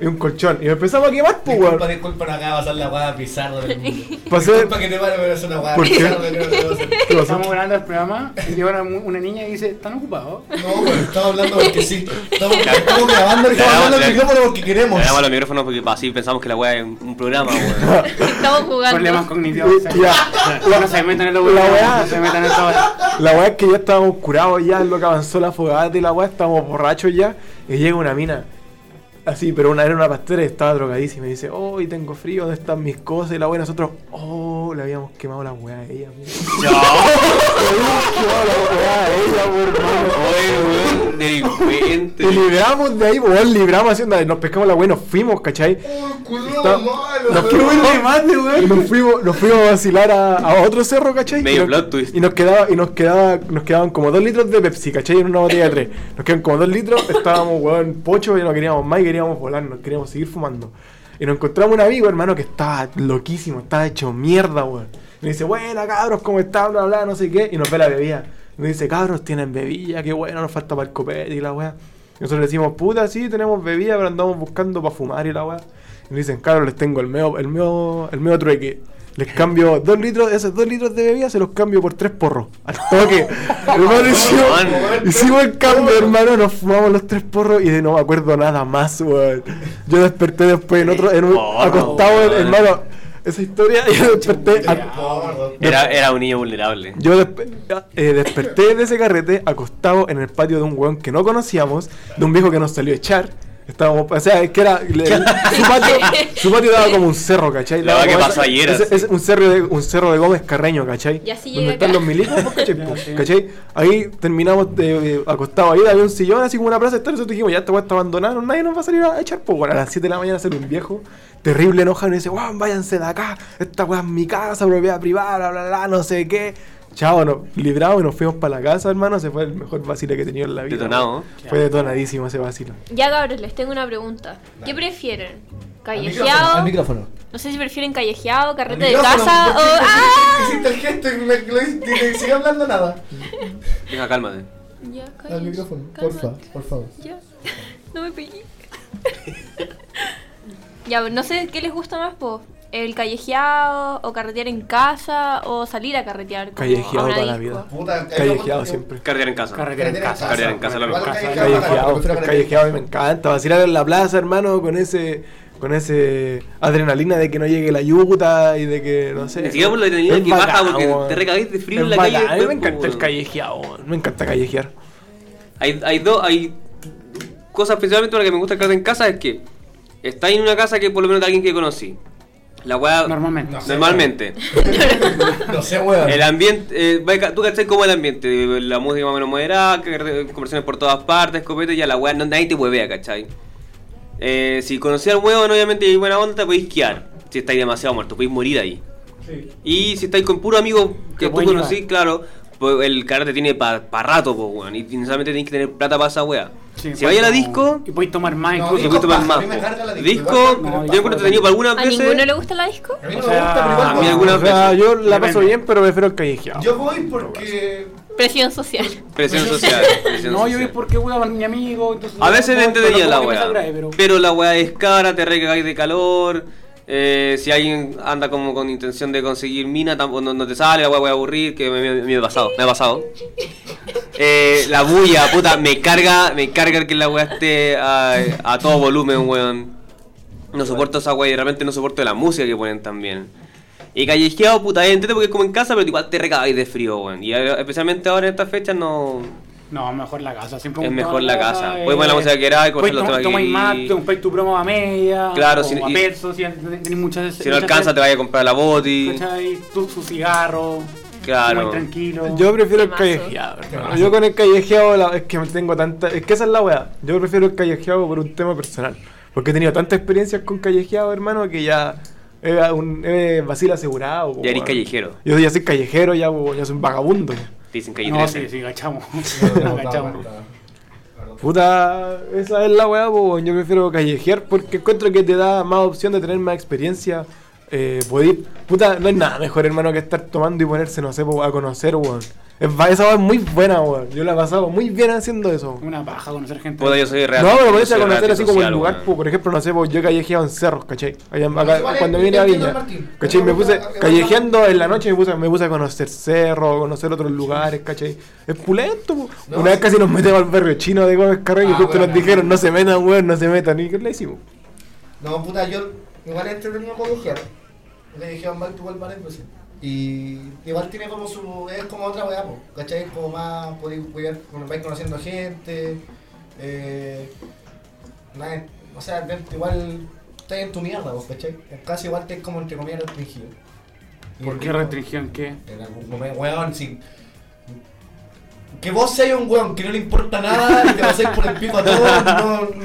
S1: Y un colchón. Y empezamos a quemar, pues, weón.
S3: Disculpa, disculpa, no acaba de pasar la guada pizarro del mundo.
S1: Pasé-
S3: Disculpa que te pare, pero es una guada
S1: ¿Por qué?
S3: pizarro que no te va a hacer.
S1: ¿Qué pasó?
S2: Estamos grabando el programa y llega una, una niña y dice, ¿están ocupados?
S3: No, güey, estamos hablando porque sí. Estamos, estamos grabando, estamos hablando el micrófono porque queremos.
S4: Le damos los micrófonos porque así pensamos que la weá es un un programa,
S1: *laughs*
S4: weón.
S6: *laughs* Estamos jugando.
S2: Problemas cognitivos. *laughs*
S1: Eh, ya. La-
S2: no se metan en
S1: la
S2: los weá.
S1: weá.
S2: No se metan en esta weá.
S1: La weá es que ya estábamos curados ya, lo que avanzó la fogata y la weá, estábamos borrachos ya, y llega una mina. Así, pero una era una pastora y estaba drogadísima y dice, oh, y tengo frío, ¿dónde están mis cosas? Y la weá, nosotros, oh, le habíamos quemado la weá a ella, mira. Le habíamos quemado la weá a ella, por hermano.
S4: Oye, weón,
S1: Y
S4: delincuente.
S1: libramos de ahí, weón, libramos haciendo, nos pescamos la weá y nos fuimos, ¿cachai?
S3: Uy,
S1: Está-
S3: culo
S1: Nos
S3: Oh, *laughs* malo.
S1: fuimos,
S3: güey.
S1: y nos fuimos, nos fuimos a vacilar a, a otro cerro, ¿cachai?
S4: Medio
S1: y nos,
S4: plot twist.
S1: Y nos quedaba, y nos quedaba, nos quedaban como dos litros de Pepsi, ¿cachai? En una botella de tres. Nos quedaban como dos litros, estábamos weón pocho y no queríamos más y queríamos volar, nos queríamos seguir fumando. Y nos encontramos un amigo, hermano, que estaba loquísimo, estaba hecho mierda, weón. Y nos dice, buena cabros, ¿cómo están? Bla bla, no sé qué. Y nos ve la bebida. Y nos dice, cabros, tienen bebida, qué bueno, nos falta para el copete y la weá. Y Nosotros le decimos, puta, sí, tenemos bebida, pero andamos buscando para fumar y la weá. Y nos dicen, cabros, les tengo el meo, el meo, el meo trueque. Les cambio dos litros, esos dos litros de bebida se los cambio por tres porros. Al toque. hermano, hicimos, hicimos el cambio, hermano, nos fumamos los tres porros y de no me acuerdo nada más, weón. Yo desperté después en otro, en un,
S4: Porro,
S1: acostado,
S4: weón.
S1: hermano. Esa historia, yo desperté. a-
S3: Gordo.
S4: Era, era un niño vulnerable.
S1: yo despe- eh, desperté de ese carrete acostado en el patio de un weón que no conocíamos, de un viejo que nos salió a echar. Estábamos, o sea, es que era.
S4: *laughs*
S1: le- su, patio, su patio daba como un cerro, ¿cachai?
S4: La
S1: Daba
S4: weá que
S1: como
S4: pasó
S1: ese-
S4: ayer,
S1: ese-
S4: así.
S1: ese- un, cerro de, un cerro de Gómez Carreño, ¿cachai?
S6: Y así
S1: Donde
S6: llega
S1: están
S6: acá.
S1: los milicos, pues, ¿cachai?
S2: Ya,
S1: Pues,
S2: sí.
S1: ¿cachai? Ahí terminamos de, acostado ahí, había un sillón, así como una plaza. Entonces nosotros dijimos, ya esta weá está abandonada, no- nadie nos va a salir a echar. Pues bueno, a las 7 de la mañana sale un viejo terrible enojado y dice, weón, váyanse de acá, esta weá es mi casa, propiedad privada, bla, bla, bla, no sé qué. Chao, nos libramos y nos fuimos para la casa, hermano. Se fue el mejor vacile que he tenido en la vida.
S4: Detonado,
S1: weón. Fue detonadísimo ese vacilo.
S6: Ya cabros, les tengo una pregunta. ¿Qué prefieren?
S3: Al micrófono, Al
S6: ¿Callejeado?
S3: micrófono.
S6: No sé si prefieren callejeado,
S3: Al
S6: carrete de
S3: micrófono,
S6: casa
S3: porque
S6: o... ¡Ah!
S3: Hiciste el gesto y me lo hiciste y sigue hablando nada.
S4: Hija, cálmate.
S6: Ya,
S3: Al
S6: cállate,
S3: micrófono,
S6: cálmate.
S3: porfa, por favor.
S6: Ya, *laughs* no me pegué. *laughs* ya, no sé qué les gusta más, po. El callejeado, o carretear en casa, o salir a carretear. como
S1: Callejeado
S6: a una
S1: toda la
S6: disco.
S1: vida.
S3: Puta, eh,
S1: Callejeado siempre.
S4: Carretear en casa.
S2: Carretera en casa.
S4: Carretera en casa,
S3: Igual
S4: loco.
S3: callejeado,
S1: Callejeado,
S3: prefiero
S1: callejeado, me encanta. Vacilar en la plaza, hermano, con ese. Con ese adrenalina de que no llegue la yuta y de que no sé.
S4: Ni siquiera por la adrenalina
S1: Es
S4: que baja,
S1: bacán,
S4: porque
S1: weón.
S4: te recagáis de frío en
S1: Es
S4: la calle,
S1: bacán, A mí me
S4: weón,
S1: encanta el
S4: weón.
S1: callejeado, weón. me encanta callejear.
S4: Hay, hay dos, hay cosas principalmente una que me gusta quedar en casa es que está en una casa que por lo menos de alguien que conocí. La weá.
S2: Normalmente.
S3: No sé.
S4: Normalmente.
S2: *laughs*
S3: No sé, weón.
S4: El ambiente, eh, va ca- tú cachai cómo es el ambiente, la música más o menos moderada, que- eh, conversaciones por todas partes, copete, ya la weá, no, nadie te huevea, cachai. Eh, si conocí al huevo, obviamente hay buena onda, te podéis quedar. Si estáis demasiado muerto, podéis morir ahí. Y si estáis con puro amigo que
S2: Que
S4: tú
S2: pueden
S4: conocí,
S2: llevar.
S4: claro, pues el carro te tiene para rato, pues, weón. Y necesariamente tenés que tener plata para esa weá.
S2: Sí,
S4: si vais a la
S2: pues,
S4: disco,
S2: Y podéis tomar más
S3: No,
S4: te
S2: incluso.
S3: disco
S4: gusta más
S3: paja, a mí
S4: más,
S3: me
S4: po.
S3: carga la disco,
S4: Disco,
S3: igual,
S4: yo
S2: pero paja,
S4: encuentro entretenido
S2: paja.
S4: para algunas
S6: *laughs* ¿A
S4: veces.
S6: ninguno le gusta la disco?
S3: A mí no
S2: O
S3: me
S2: sea,
S3: gusta, pero igual
S2: a
S1: O
S2: mí
S3: voy.
S4: alguna-
S1: sea,
S4: veces.
S1: yo la paso
S2: Depende.
S1: bien, pero prefiero el callejeado.
S3: Yo voy porque.
S6: Presión social.
S4: Presión social. presión
S2: No, yo vi
S4: social.
S2: porque weón a mi amigo. Entonces,
S4: A veces
S2: no,
S4: me
S2: no,
S4: entretenía
S2: no,
S4: la
S2: como que me
S4: weá.
S2: desagrade, pero-
S4: Pero la weá es cara, te recagáis de calor. eh, si alguien anda como con intención de conseguir mina, tampoco no, no te sale, la weá voy a aburrir, que me, me- me ha pasado, me ha pasado. Eh, la bulla, puta, me carga, me carga que la weá esté a, a todo volumen, weón. No soporto esa weá y realmente no soporto la música que ponen también. Y callejeado, eh, puta, es entrete porque es como en casa, pero igual te recagáis de frío, weón. Y eh, especialmente ahora en estas fechas no...
S2: No, mejor la casa. Siempre
S4: Es
S2: un
S4: mejor
S2: tono,
S4: la casa.
S2: eh,
S4: Puedes poner la música que queráis, cortar
S2: puedes
S4: los
S2: tom-
S4: temas que
S2: tomáis más,
S4: queráis.
S2: tomáis tu promo a media.
S4: Claro,
S2: o
S4: si-
S2: a
S4: y-
S2: peso, si tenéis muchas.
S4: Si no alcanza, te vaya a comprar la boti.
S2: ¿Cachai? Tú, su cigarro.
S4: Claro.
S2: Muy tranquilo.
S1: Yo prefiero el
S6: Temazo.
S1: callejeado. hermano. Yo con el callejeado la- es que me tengo tanta. Es que esa es la weá. Yo prefiero el callejeado por un tema personal. Porque he tenido tantas experiencias con callejeado, hermano, que ya. Es un es vacil asegurado. po,
S4: Ya eres
S1: weón.
S4: callejero.
S1: Yo ya soy callejero, ya, po, ya soy un vagabundo.
S4: Te dicen calle
S2: No,
S4: 13.
S2: sí, sí, cachamos. *laughs*
S3: No,
S2: cachamos.
S1: Puta, esa es la weá, po, weón. yo prefiero callejear porque encuentro que te da más opción de tener más experiencia. Eh, podí- puta, no es nada mejor, hermano, que estar tomando y ponerse, no sé, po, a conocer, weón. Es va- Esa weá es muy buena, weón. Yo la he pasado muy bien haciendo eso. weón.
S2: Una paja conocer gente.
S4: Puta, yo soy real.
S1: No, pero
S4: yo
S1: ponerse a
S4: soy
S1: conocer
S4: realmente
S1: así como el
S4: social,
S1: lugar, pues, po,
S4: weón.
S1: por ejemplo, no sé, po, yo he callejeado en cerros, ¿cachai? Allá- acá-
S3: igual es-
S1: cuando vine a
S3: entiendo
S1: Viña,
S3: al Martín.
S1: ¿cachai? Me puse,
S3: Igual-
S1: callejeando en la noche me puse, me puse a conocer cerros, a conocer otros lugares, ¿cachai? Es pulento, po.
S3: No,
S1: Una vez
S3: sí.
S1: casi nos metemos al barrio chino de Gómez Carrera y
S3: Ah,
S1: justo
S3: bueno,
S1: nos
S3: no.
S1: dijeron, no se metan, weón, no se metan, ¿y qué le hicimos?
S3: No, puta, yo igual he entretenido callejear. Le dije a un Balto igual varias veces. Y igual tiene como su. Es como otra weá, po, ¿cachai? Es como más. Podéis cuidar, bueno, vais conociendo gente. Eh, nada, o sea, de- igual estás en tu mierda, po, ¿cachai? En casa igual te es como entre comillas restringido. Y
S2: ¿Por
S3: es
S2: qué
S3: como-
S2: restricción qué?
S3: En algún momento, weón, sí. Que vos seas un weón que no le importa nada y te paséis por el pico a todos, no,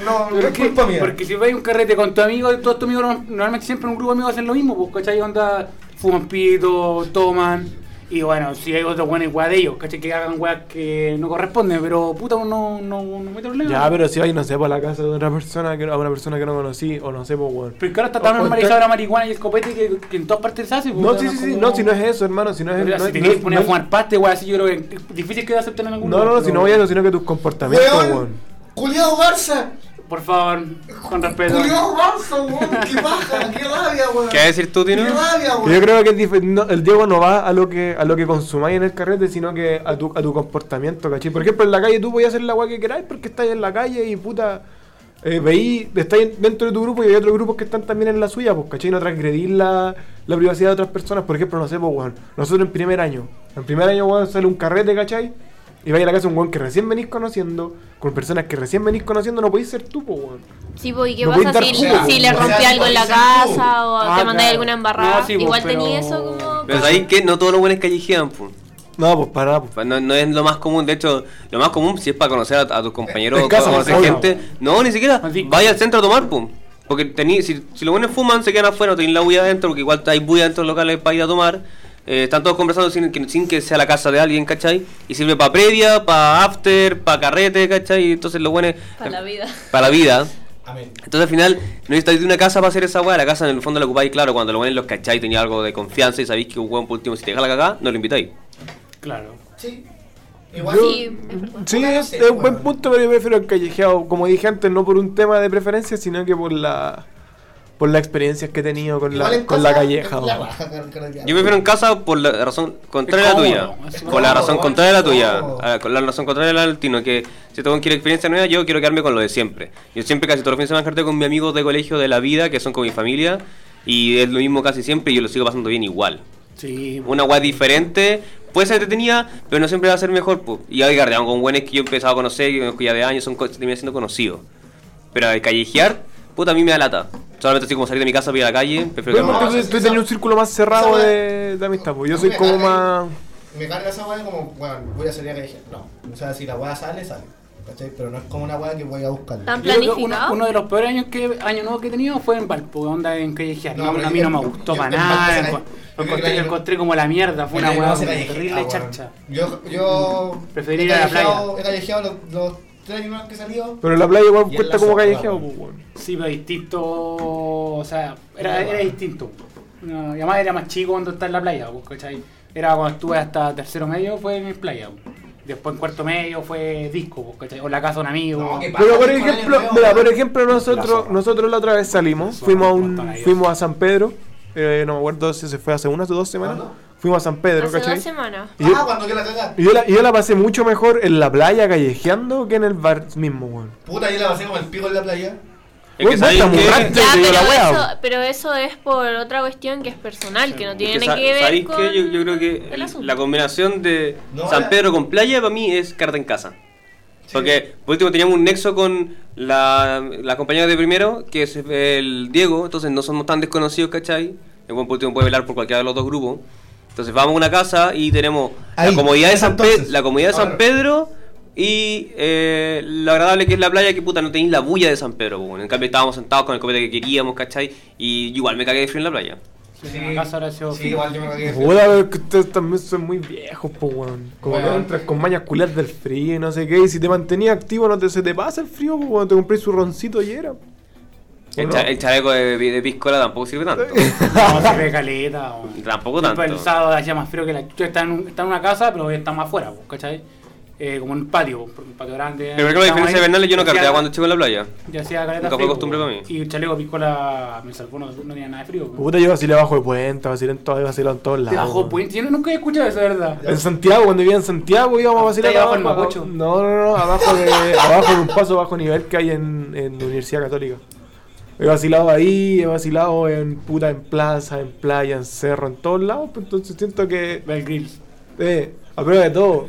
S3: no, no es
S2: Porque,
S3: culpa mía.
S2: porque si vais a un carrete con tu amigo, todos tus amigos norm- normalmente siempre en un grupo de amigos hacen lo mismo, pues, ¿cachai? Onda, fuman pito, toman. Y bueno, si hay otros buenos igual de ellos, ¿cachai? Que hagan weas que no corresponden, pero puta, uno no, no, no mete problema.
S1: Ya, pero si hay, no sé, por la casa de otra persona, que, a una persona que no conocí, o no sé, pues, weón.
S2: Pero claro, está tan
S1: O- o
S2: normalizada
S1: está-
S2: la marihuana y el copete que, que en todas partes se hace. pues,
S1: No,
S2: weón,
S1: sí,
S2: es
S1: sí, sí,
S2: como-
S1: no, si no es eso, hermano, si no es...
S2: Pero
S1: no
S2: si
S1: es-
S2: te
S1: no
S2: quieres
S1: es-
S2: poner
S1: no
S2: a
S1: es-
S2: fumar paste, weón, así yo creo que es difícil que te acepten en algún
S1: No, no, no,
S2: lugar,
S1: si
S2: pero-
S1: no voy a eso, sino que tus comportamientos,
S3: ¡Weón!
S1: weón.
S3: ¡Culiado Barça!
S2: Por favor, con respeto.
S3: ¡Culiado Barça, weón! ¡Qué baja! ¡Qué rabia, weón!
S4: ¿Qué va a decir tú,
S3: ¡Qué
S4: Tino?
S3: rabia,
S1: Que Yo
S3: weón!
S1: creo que es dif- no, el Diego no va a lo que a lo que consumáis en el carrete, sino que a tu, a tu comportamiento, ¿cachai? Por ejemplo, en la calle tú podías hacer la weá que queráis porque estáis en la calle y puta. Eh, veí, estáis dentro de tu grupo y hay otros grupos que están también en la suya, pues, ¿cachai? No transgredir la, la privacidad de otras personas. Por ejemplo, no sé, pues, weón. Nosotros en primer año. En primer año, weón, sale un carrete, ¿cachai? Y vais a la casa de un weón que recién venís conociendo, con personas que recién venís conociendo, no podéis ser tú, pues, weón.
S6: Sí, pues, ¿y qué
S1: No podéis
S6: pasa
S1: dar
S6: si,
S1: jugo,
S6: si le
S3: o sea,
S6: rompí algo en la
S3: podéis ser tú.
S6: casa o
S2: Ah,
S6: te mandé
S2: claro.
S6: alguna embarrada?
S2: No, sí, pues,
S6: Igual tení
S2: pero-
S6: eso como...
S1: pues,
S4: Pero sabéis que no todos los buenos callejean, pues.
S1: No, pues pará, pues.
S4: No, no es lo más común, de hecho, lo más común si es para conocer a, a tus compañeros
S1: En
S4: o
S1: casa,
S4: conocer
S1: obvio.
S4: gente. No, ni siquiera.
S2: Así.
S4: Vaya al centro a tomar, pum. Porque tení, si, si los buenos fuman, se quedan afuera, tenéis la bulla adentro, porque igual hay bulla dentro de los locales para ir a tomar. Eh, están todos conversando sin que, sin que sea la casa de alguien, ¿cachai? Y sirve para previa, para after, para carrete, ¿cachai? Entonces los buenos...
S6: Para la vida.
S4: Para la vida.
S3: Amén.
S4: Entonces al final no necesitáis de una casa para hacer esa weá, la casa en el fondo la ocupáis, claro, cuando los buenos los cacháis tenía algo de confianza y sabéis que un weón por último si te deja la cagada, no lo invitáis.
S2: Claro.
S3: Sí. Igual.
S1: Yo-
S6: Sí,
S1: Sí,
S3: Puta,
S6: es verdad.
S3: no
S1: es,
S3: sé,
S1: es un buen
S3: weón.
S1: punto, pero yo prefiero el callejeado, como dije antes, no por un tema de preferencia, sino que por la por las experiencias que he tenido con
S3: igual
S1: la,
S3: en
S1: con la
S3: casa,
S1: calleja.
S3: es la
S1: weón.
S3: raja, car- car-
S4: Yo prefiero en casa por la razón contraria a la
S2: Es
S4: tuya.
S2: cómodo, es
S4: Por la
S3: cómodo,
S4: razón
S3: es
S4: contraria a la tuya.
S3: cómodo.
S4: Ah, Con la razón contraria a la del Tino, que si todo quiere experiencia nueva, yo quiero quedarme con lo de siempre. Yo siempre casi todos los fines de semana carteo con mis amigos de colegio de la vida, que son con mi familia, y es lo mismo casi siempre y yo lo sigo pasando bien igual.
S2: Sí,
S4: Una guay diferente, puede ser entretenida, pero no siempre va a ser mejor. po. Y hoy gardeamos con buenos que yo he empezado a conocer, que conozco ya de años, son co- terminan siendo conocidos. Pero al callejear, puta, a mí me da lata. Solamente estoy como salir de mi casa para ir a la calle, prefiero
S1: Pero
S4: quedarme en
S1: porque
S4: casa.
S3: no,
S1: tú,
S3: esa-
S1: tú tenías un círculo más cerrado
S3: esa
S1: de, de amistad, pues yo soy
S3: Me
S1: como
S3: carga
S1: más...
S3: el- Me carga esa weá como, weón, voy a salir a callejear. No. O sea, si la weá sale, sale. ¿Cachai? Pero no es como una weá que voy a buscar.
S6: Tan-
S2: Yo creo que uno,
S6: ¿Planificado?
S2: uno de los peores años que año nuevo que he tenido fue en Valpo, onda en Callejear.
S3: No,
S2: No,
S3: pero
S2: a mí
S3: yo-
S2: no me
S3: yo-
S2: gustó
S3: yo
S2: para
S3: en
S2: nada.
S3: Valpo,
S2: enco-
S3: ¿sabes? Yo
S2: Lo encontré,
S3: creo
S2: lo
S3: que-
S2: encontré como la mierda, fue una
S3: Mira,
S2: weá
S3: no se callejea,
S2: terrible
S3: weón.
S2: chacha.
S3: Yo, yo
S2: Preferiría
S3: he
S2: ir a la
S3: callejeado-
S2: playa.
S3: He callejeado los, los tres años que he salido.
S1: Pero la playa igual
S3: Y en
S1: cuenta
S3: la
S1: como
S3: zorra,
S1: callejado,
S3: weón.
S1: pues, weón.
S2: Sí, pero distinto, o sea, era, era distinto. No, y además era más chico cuando estaba en la playa, pues, ¿cachai? Era cuando estuve hasta tercero medio fue en playa. pues. Después en cuarto medio fue disco, pues, ¿cachai? O la casa de un amigo.
S3: No, qué
S1: Pero por
S3: Pásate con
S1: ejemplo,
S3: el nuevo,
S1: mira,
S3: weón.
S1: por ejemplo
S2: La
S1: nosotros,
S2: zorra.
S1: nosotros la otra vez salimos,
S2: zorra,
S1: fuimos a
S2: cuánto
S1: un,
S2: hay.
S1: fuimos a San Pedro, eh, no me acuerdo si se fue hace unas o dos semanas,
S3: ¿Cuándo?
S1: fuimos a San Pedro,
S6: Hace
S1: ¿cachai?
S6: dos semanas.
S1: Y yo-
S3: Ah, cuando yo la cagá.
S1: Y yo la, y yo la pasé mucho mejor en la playa callejeando que en el bar mismo, weón.
S3: Puta, yo la pasé con el pico en la playa.
S4: Es que
S1: Uy,
S4: sabéis
S1: basta,
S4: que-
S1: borracho.
S6: Ya,
S1: Te digo
S6: pero
S1: la wea,
S6: eso,
S1: weón.
S6: pero eso es por otra cuestión que es personal, que no
S4: Es
S6: tiene
S4: sa-
S6: que ver
S4: ¿sabéis
S6: con
S4: qué? Yo, yo creo que
S6: el
S4: el-
S6: asunto.
S4: la combinación de
S3: No,
S4: San
S3: la-
S4: Pedro con playa para mí es carta en casa. Porque por último teníamos un nexo con la, la compañera de primero, que es el Diego, entonces no somos tan desconocidos, ¿cachai? El buen por último puede velar por cualquiera de los dos grupos. Entonces vamos a una casa y tenemos
S3: Ahí,
S4: la comodidad de San, Pe-
S3: entonces.
S4: la comodidad de San
S3: Ahora.
S4: Pedro y eh, lo agradable que es la playa, que puta, no tenéis la bulla de San Pedro. po. En cambio estábamos sentados con el copete que queríamos, ¿cachai? Y igual me cagué de frío en la playa.
S2: Sí, en la casa ahora se
S3: Sí, igual yo me cagué de frío.
S1: Puta, pero es que ustedes también son muy viejos, po, weón. Como
S3: Weón.
S1: que entras con mañas culiadas del frío y no sé qué. Y si te mantenías activo, no te, se te pasa el frío, po, cuando te compré su roncito y era.
S4: El,
S1: ¿O
S4: cha-
S1: no?
S4: el chaleco de, de piscola tampoco sirve tanto.
S2: No, se ve caleta. weón.
S4: Tampoco
S2: Siempre
S4: tanto.
S2: El sábado hacía más frío que la chucha. Está en, un- está en una casa, pero está más afuera, po, ¿cachai? Eh, como en un patio, po, un patio grande.
S4: Pero creo que la
S2: Estábamos
S4: diferencia de
S2: ahí.
S4: Bernales yo no
S2: Hacía-
S4: carteaba cuando chico en la playa.
S2: Ya hacía caleta
S4: Nunca fue
S2: frío,
S4: costumbre
S2: po.
S4: para mí.
S2: Y el chaleco piscola me salvó, no, no tenía nada de frío. po.
S1: Puta, yo vacilé abajo de puente, vacilé en todo, vacilé en todos lados.
S2: Te bajó
S1: weón.
S2: puente. Yo nunca he escuchado eso, de verdad.
S1: En Santiago, cuando vivía en Santiago, íbamos a vacilar
S2: ¿Está ahí abajo en
S1: abajo.
S2: Mapocho?
S1: No, no, no, abajo de, abajo de un paso bajo nivel que hay en, en la Universidad Católica. He vacilado ahí, he vacilado en puta, en plaza, en playa, en cerro, en todos lados, pues, entonces siento que
S2: Bell Grills.
S1: eh, a prueba de todo.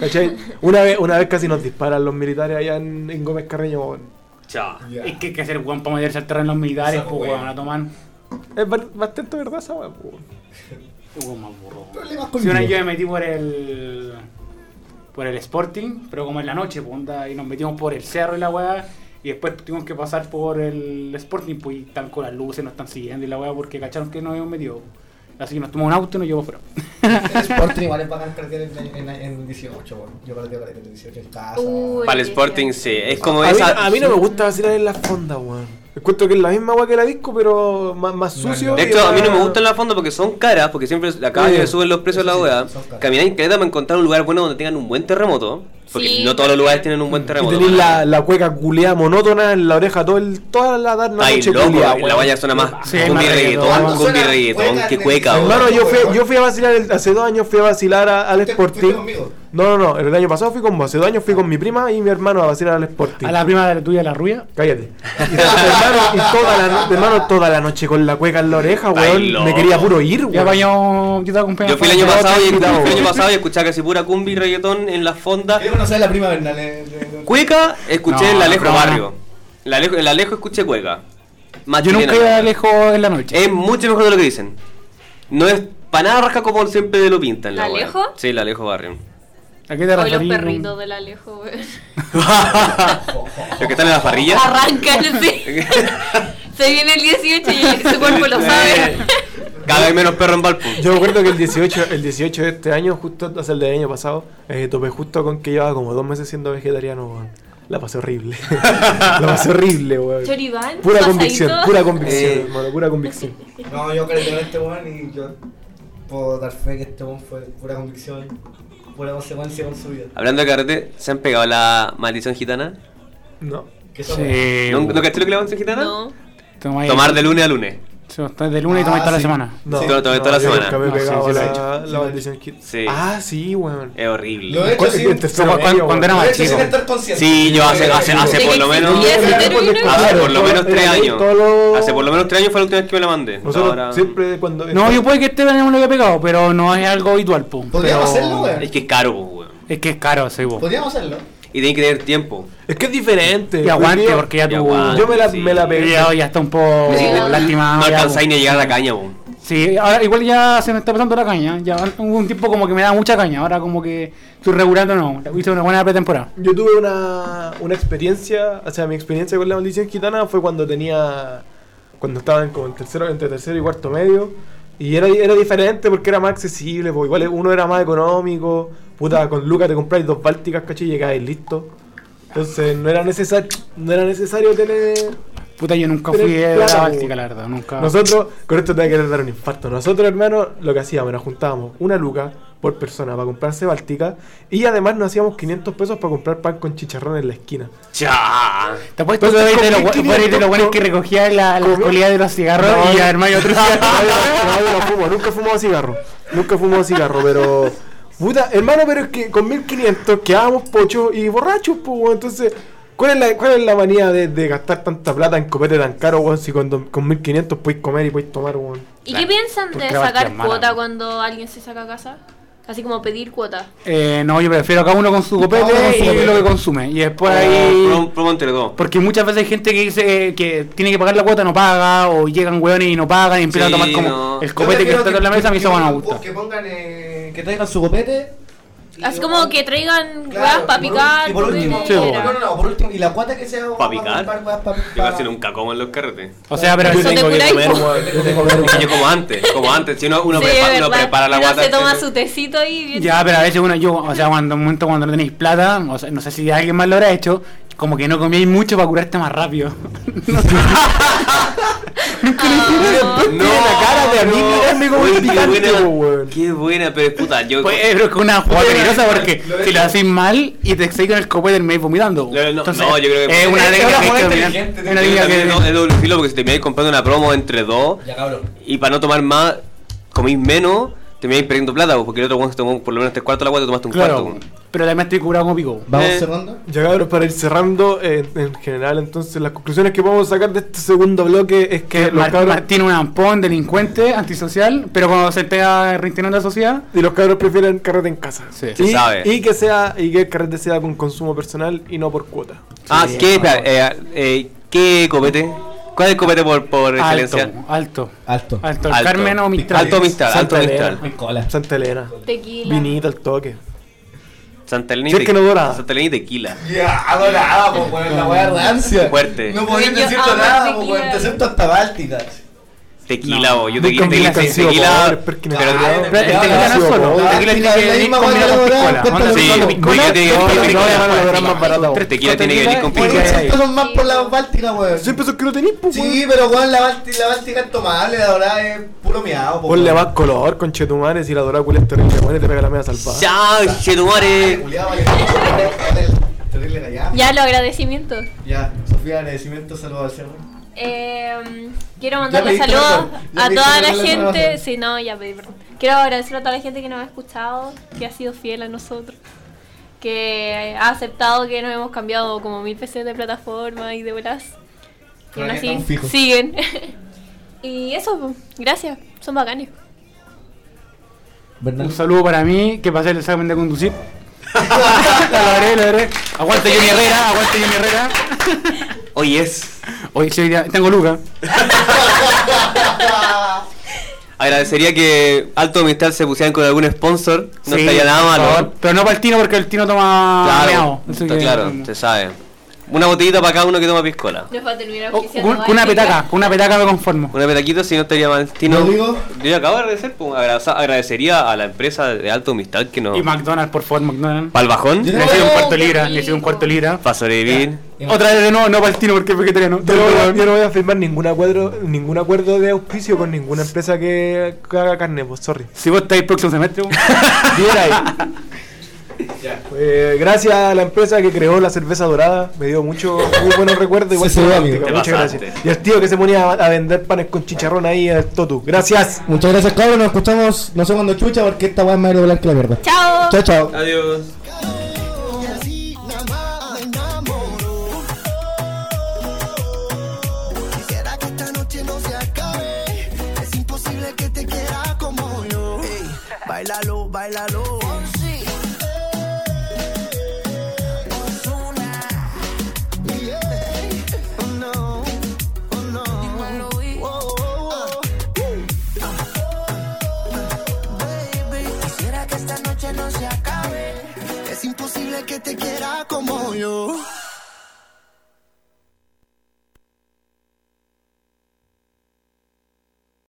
S1: ¿Cachai? Una vez, una vez casi nos disparan los militares allá en, en Gómez Carreño, weón.
S4: Chao.
S3: Ya.
S2: Es que hay que hacer guan para meterse al terreno de los militares,
S3: Esa
S2: po,
S3: weá.
S2: weón. A tomar.
S1: Es bar- bastante verdad esa weón, po.
S2: Weón más burro.
S3: Problemas con
S2: Si una vez yo
S3: Dios.
S2: me metí por el. por el Sporting, pero como en la noche, pues, onda, y nos metimos por el cerro y la weá, y después tuvimos que pasar por el Sporting, pues, y están con las luces, nos están siguiendo y la weá, porque cacharon que nos habíamos metido. Así que nos tomó un auto y nos llevó fuera.
S3: El Sporting igual es bacán cartear en, en, en 18, bueno. Yo carteo carteo en 18 en casa.
S6: Uy.
S4: Para el Sporting sí, es como
S1: A mí,
S4: esa...
S1: a mí no me gusta vacilar en la fonda, weón. Encuentro que es la misma agua que la disco, pero más, más
S3: No,
S1: sucio.
S3: no.
S4: De
S1: y
S4: hecho, a mí no me
S1: más-
S4: gustan las fondas porque son caras, porque siempre acá
S1: Oye,
S4: le suben los precios de la
S3: eso sí,
S4: OEA.
S3: son caras.
S4: Caminar en Caleta para encontrar un lugar bueno donde tengan un buen terremoto, porque
S6: Sí.
S4: no todos los lugares tienen un buen
S1: Y
S4: terremoto.
S1: tenés la, la cueca culeada monótona en la oreja todo el, toda la tarde
S4: Ay,
S1: noche
S4: loco,
S1: culeada,
S4: la
S1: weón.
S4: valla suena más
S2: Sí,
S4: cumbia y
S2: más
S4: reggaetón,
S2: reggaetón.
S4: cumbia y
S3: Suena
S4: reggaetón,
S3: cueca
S4: qué
S3: de-
S4: cueca,
S3: Hermano,
S4: weón.
S1: Hermano, yo fui,
S3: weón.
S1: yo fui a vacilar, el- hace dos años fui a vacilar a- al
S3: ¿Fuiste- fuiste
S1: Sporting.
S3: conmigo?
S1: No, no, no, el año pasado fui con vos, hace dos años fui con mi prima y mi hermano a vacilar al Sporting.
S2: A la prima de la tuya, la rubia.
S1: Cállate. Y, hermano, y toda la, no- hermano, toda la noche con la cueca en la oreja,
S4: Ay,
S1: weón. Me
S4: loco.
S1: quería puro ir,
S2: Ya
S1: weón.
S2: bañó, yo te acompañé.
S4: Yo fui el
S1: Yo
S4: año pasado
S1: te
S4: y
S1: invito,
S4: fui el año
S1: weón.
S4: pasado y escuchaba casi pura cumbia y reggaetón en las fondas.
S3: Yo conocí a la prima Bernal.
S4: Cueca, escuché
S2: No,
S4: en el Alejo
S2: no.
S4: Barrio. El Alejo, el Alejo escuché cueca. Más
S2: Yo nunca
S4: chilena.
S2: iba lejos en la noche.
S4: Es mucho mejor de lo que dicen. No es para nada rasca como siempre lo pintan.
S6: ¿La
S4: weá.
S6: Alejo?
S4: Sí, la Alejo Barrio.
S2: ¿A qué te
S6: Hoy los
S2: referís?
S6: perritos del Alejo,
S4: *laughs*
S6: weón.
S4: Los que están en las parrillas. *laughs*
S6: *laughs* Arrancanse. Se viene el 18 y su cuerpo lo sabe.
S4: Eh, Cada vez menos perro en Valpo.
S1: Yo me acuerdo que el 18, el 18 de este año, justo hace el del año pasado, eh, topé justo con que llevaba como dos meses siendo vegetariano, weón. La pasé horrible. *laughs* la pasé horrible, weón.
S6: Choribán,
S1: Pura
S6: pasadito.
S1: convicción, pura convicción,
S4: Eh.
S1: hermano, pura convicción.
S3: No, yo carteo en este weón y yo puedo dar fe que este weón fue pura convicción, pura consecuencia con su vida.
S4: Hablando de carrete, ¿se han pegado la maldición gitana?
S1: No.
S3: Que esa weá.
S2: Sí.
S4: ¿No, ¿no caché lo que es la maldición gitana?
S6: No.
S2: Tomáis-
S4: Tomar de lunes a lunes.
S2: Sí, estás de lunes y tomáis
S3: Ah,
S2: toda la
S3: sí.
S2: semana.
S1: No,
S4: Sí, lo tomé
S1: no,
S4: toda la
S1: yo
S4: semana.
S1: nunca me he
S2: No, sí,
S1: pegado
S2: sí lo he
S1: la,
S3: hecho,
S1: la
S3: sí lo he
S1: maldición kit.
S4: Sí.
S1: Ah, sí, weón.
S4: Es horrible.
S3: Lo he hecho
S1: ¿Cuál-
S3: sin,
S1: en tercero
S2: ¿Cuál-
S1: medio,
S2: cuándo este era
S1: weón.
S3: lo he hecho
S2: chico.
S3: sin estar consciente.
S4: Sí, yo hace, hace, hace por lo menos.
S6: ¿De qué
S1: Cuando
S6: existe?
S1: escuchaba,
S4: Hace por lo
S1: todo-
S4: menos tres
S1: era
S4: años.
S1: todo lo-
S4: Hace por lo menos tres años fue la última vez que me la mandé.
S1: Nosotros
S4: Ahora-
S1: siempre cuando.
S2: No, yo puede que este verano lo haya pegado, pero no es algo habitual, po.
S1: Pero-
S3: Podríamos hacerlo,
S4: Es
S3: weón.
S4: que es caro, weón.
S2: Es que es caro, sí, po.
S3: Podríamos hacerlo.
S4: Y tienen que tener tiempo.
S1: Es que es diferente.
S2: Y aguante,
S1: Yo-
S2: porque ya
S4: Y
S2: tu.
S4: aguante.
S1: Yo me la,
S4: Sí.
S1: me la pegué.
S2: Ya, ya está un poco
S6: Sí, no.
S2: lastimado.
S4: No
S2: ya,
S4: alcanzáis
S2: po.
S4: ni a llegar a la caña, weón.
S2: Sí, ahora igual ya se me está pasando la caña. Ya hubo un tiempo como que me daba mucha caña, ahora como que estoy regulando, no. Hice una buena pretemporada.
S1: Yo tuve una, una experiencia, o sea, mi experiencia con la maldición gitana fue cuando tenía, cuando estaba en como en tercero, entre tercero y cuarto medio, y era, era diferente porque era más accesible, porque igual uno era más económico, puta, con Lucas te compráis dos bálticas, caché, y llegáis listo. Entonces no era necesario, no era necesario tener...
S2: Puta, yo nunca
S1: Pero
S2: fui de la
S1: claro,
S2: Báltica, la verdad, nunca.
S1: Nosotros, con esto te va a querer dar un infarto, nosotros hermano, lo que hacíamos, nos juntábamos una luca por persona para comprarse bálticas y además nos hacíamos 500 pesos para comprar pan con chicharrón en la esquina.
S4: Cha.
S2: Te puesto que
S1: Entonces,
S2: de los
S1: ¿con
S2: bu-
S1: qué
S2: fuera de
S1: quinientos?
S2: los buenos que recogía la, las
S1: ¿Cómo?
S2: colillas de los cigarros
S1: No,
S2: y
S1: no.
S2: además yo otro
S1: No,
S2: cigarro.
S1: yo- *laughs* no, yo no fumo, nunca he fumado cigarro. Nunca he fumado cigarro, pero. Puta, hermano, pero es que con 1500 quedábamos pochos y borrachos, pues, weón. Entonces, ¿cuál es la, cuál es la manía de, de gastar tanta plata en copete tan caro, weón? Si con, do- con 1500 podéis comer y podéis tomar, weón.
S6: ¿Y qué piensan de
S2: Porque la
S6: sacar
S2: Bastien mala,
S6: cuota
S2: po.
S6: cuando alguien se saca a casa? Así como pedir cuota.
S2: Eh, no, yo prefiero cada uno con su copete
S3: Cada uno con su
S2: y
S3: copete.
S2: lo que consume. Y
S1: Ah,
S2: después ahí.
S4: Promo promo entre dos.
S2: Porque muchas veces hay gente que dice que tiene que pagar la cuota, no paga, o llegan hueones y no pagan, y empiezan
S4: Sí,
S2: a tomar como
S4: no.
S2: el copete que está en la mesa, a mí eso no me gusta.
S3: Que pongan, eh, que traigan su copete. y
S6: Así
S3: lo
S6: como
S3: pongan-
S6: que traigan
S3: Claro,
S6: huevas para
S3: y por
S6: picar.
S3: un- Y por último,
S6: copete,
S2: Sí,
S6: era.
S3: no, no, no, por último, y la cuata que sea.
S4: ¿Para picar?
S3: para- para- para-
S4: Yo casi nunca como en los carretes.
S2: O sea, pero.
S6: Eso te cura *laughs* y po.
S1: yo tengo que
S4: Es que
S1: comer.
S4: yo como antes, como antes. Si uno, uno,
S6: Sí,
S4: prepa-
S6: es
S4: uno
S6: verdad.
S4: prepara la
S6: Uno
S4: guata.
S6: se toma
S4: etcétera.
S6: su tecito ahí. bien-
S2: Ya, pero a veces uno, yo, o sea, cuando en un momento cuando no tenéis plata, o sea, no sé si alguien más lo habrá hecho, como que no coméis mucho para curarte más rápido. *laughs* No sé.
S6: Ah,
S4: No,
S1: la cara de a mí
S4: no.
S1: mirarme como
S4: Uy,
S1: el
S4: qué
S1: picante,
S4: buena,
S1: weón.
S4: Qué buena, pero puta, yo.
S2: Pues, eh, pero es que una jugada peligrosa porque
S3: Lo he
S2: si lo
S3: hecho.
S2: hacéis mal y te seguís con el copete termináis vomitando.
S4: No, no, no, yo creo que-
S2: es
S4: Es
S2: eh, una línea
S3: una
S2: que hay que
S3: jugada
S2: dominar.
S3: inteligente,
S2: Es una
S4: yo
S2: línea
S4: también no-
S2: que...
S4: es doble filo porque si termináis comprando una promo entre dos
S3: Ya, cabrón.
S4: y para no tomar más, comís menos, termináis perdiendo plata, porque el otro weón se tomó por lo menos tres cuartos de la guata, tomaste un cuarto.
S2: Claro,
S4: weón.
S2: pero además estoy curado como pico.
S3: Vamos
S4: Eh.
S3: cerrando.
S1: Ya cabros, para ir cerrando, eh, en general, entonces las conclusiones que podemos sacar de este segundo bloque es que los
S2: Martín,
S1: cabros,
S2: Martín, un ampón, delincuente, antisocial, pero cuando se pega reintegrando a la sociedad,
S1: y los cabros prefieren carrete en casa.
S2: Sí.
S1: Y,
S4: Se sabe.
S1: y que sea, y que el carrete sea con consumo personal y no por cuota.
S4: Ah, ¿qué? Espera, eh, eh, ¿Qué copete? ¿Cuál es el copete por, por
S2: alto,
S4: excelencia?
S2: alto,
S3: Alto.
S2: alto, Carmen o Mistral.
S4: Alto Mistral, alto
S1: Santa Elena.
S4: Mistral.
S3: Cola.
S1: Santa Elena.
S6: Tequila.
S1: Vinita al toque.
S4: Santa Elena y
S1: Si es que no
S4: tequi-
S1: dura.
S4: Santa Elena y tequila.
S3: Ya, adoraba, pues, weón, la weá rancia.
S4: Fuerte.
S3: No podías
S6: Yo
S3: decirte
S6: amo
S3: nada,
S6: el
S3: pues, weón, te
S6: tequila.
S3: acepto hasta Báltica.
S4: Tequila,
S2: No.
S4: o yo
S1: Nunca
S4: tequila,
S1: me
S4: tequila,
S1: han sido
S4: tequila,
S1: pobres, porque me
S4: pero-
S1: han
S2: Pero el tequila no es solo, el tequila tiene que venir combinado con piscola.
S4: Sí,
S2: Onda, si
S4: tequila
S2: con
S4: tiene que venir
S2: piscola, con piscola,
S4: con
S2: con
S4: piscola.
S2: piscola.
S1: más barata, weón.
S4: Tequila tiene que venir con
S2: Tequila,
S3: Oye,
S4: piscola.
S2: ahí.
S3: estos son más por la Báltica, weón.
S1: Siempre esos que no tenéis, pues,
S3: Sí, pero weón, la Báltica, la Báltica es tomable, la verdad es puro miado. po,
S1: Ponle
S3: weón.
S1: más color, conchetumares, y la dorácula es terrible, weón, y te pega la media salvada.
S4: ¡Ya,
S3: Ay,
S4: chetumare!
S3: culiao, vale, terrible, Terrible callado.
S6: Ya, los agradecimientos.
S3: Ya, Sofía, agradecimiento, saludos al cerro.
S6: Eh, quiero mandarle
S3: pediste
S6: saludos
S3: perdón, ya
S6: a
S3: pediste
S6: toda la
S3: perdón,
S6: gente.
S3: Salvador.
S6: Sí, no, ya pedí perdón. Quiero agradecer a toda la gente que nos ha escuchado, que ha sido fiel a nosotros, que ha aceptado que nos hemos cambiado como mil veces de plataforma y de veras. Y aún
S3: Todavía
S6: así,
S3: estamos fijos.
S6: siguen. *laughs* y eso, po. gracias, son bacanes.
S2: Un saludo para mí, que pasé el examen de
S4: *laughs*
S2: conducir. lo logré, lo logré. Aguante Johnny Herrera, aguante Johnny Herrera.
S4: Oye, es.
S2: Hoy sí, hoy día tengo Luca.
S3: *laughs*
S4: Agradecería que Alto Mistral se pusieran con algún sponsor. No
S2: Sí,
S4: estaría nada
S2: por
S4: malo.
S2: favor. Ah, Pero no para el Tino, porque el Tino toma meao.
S4: Claro,
S2: Así
S4: está
S2: que-
S4: claro, se sabe. Una botellita para cada uno que toma piscola.
S6: Nos va a terminar
S2: Oh,
S6: oficiando
S2: con, con una
S6: Báltica.
S2: petaca, con una petaca me conformo.
S4: Una petaquita si no estaría mal. Tino,
S3: Rodrigo.
S4: yo ya acabo de agradecer, pues, agra- agradecería a la empresa de Alto Mistral que nos...
S2: Y McDonald's, por favor, McDonald's.
S4: ¿Pal bajón?
S3: Yo-
S2: Le sido un
S6: Oh,
S2: cuarto
S6: qué
S2: libra,
S6: rico.
S2: le sido un cuarto libra.
S4: Para sobrevivir.
S2: Otra vez de nuevo, no para el Tino, porque es vegetariano.
S1: Yo no, voy a, yo no voy a firmar ningún acuerdo, ningún acuerdo de auspicio con ninguna empresa que, que haga carne, pues sorry.
S2: Si vos estáis próximo semestre,
S1: Viera ahí. Eh, gracias a la empresa que creó la cerveza dorada, me dio mucho muy buenos recuerdos. Igual
S3: Sí,
S1: que
S3: sí,
S1: la
S3: amigo.
S1: óptica,
S4: Te
S1: Muchas
S4: pasaste.
S1: gracias. Y al tío que se ponía a, a vender panes con chicharrón ahí al Totu. Gracias.
S3: Muchas gracias, cabrón. Nos escuchamos, no sé cuándo chucha, porque esta weá es más blanca que la mierda.
S6: Chao.
S3: Chao, chao.
S4: Adiós.
S7: Y así nada más me enamoro. Quisiera que esta noche no se acabe. Es imposible que te quieras como yo. Ey, bailalo, bailalo. Oh no, oh no. Oh, oh, oh. Baby, quisiera que esta noche no se acabe. Es imposible que te quiera como yo.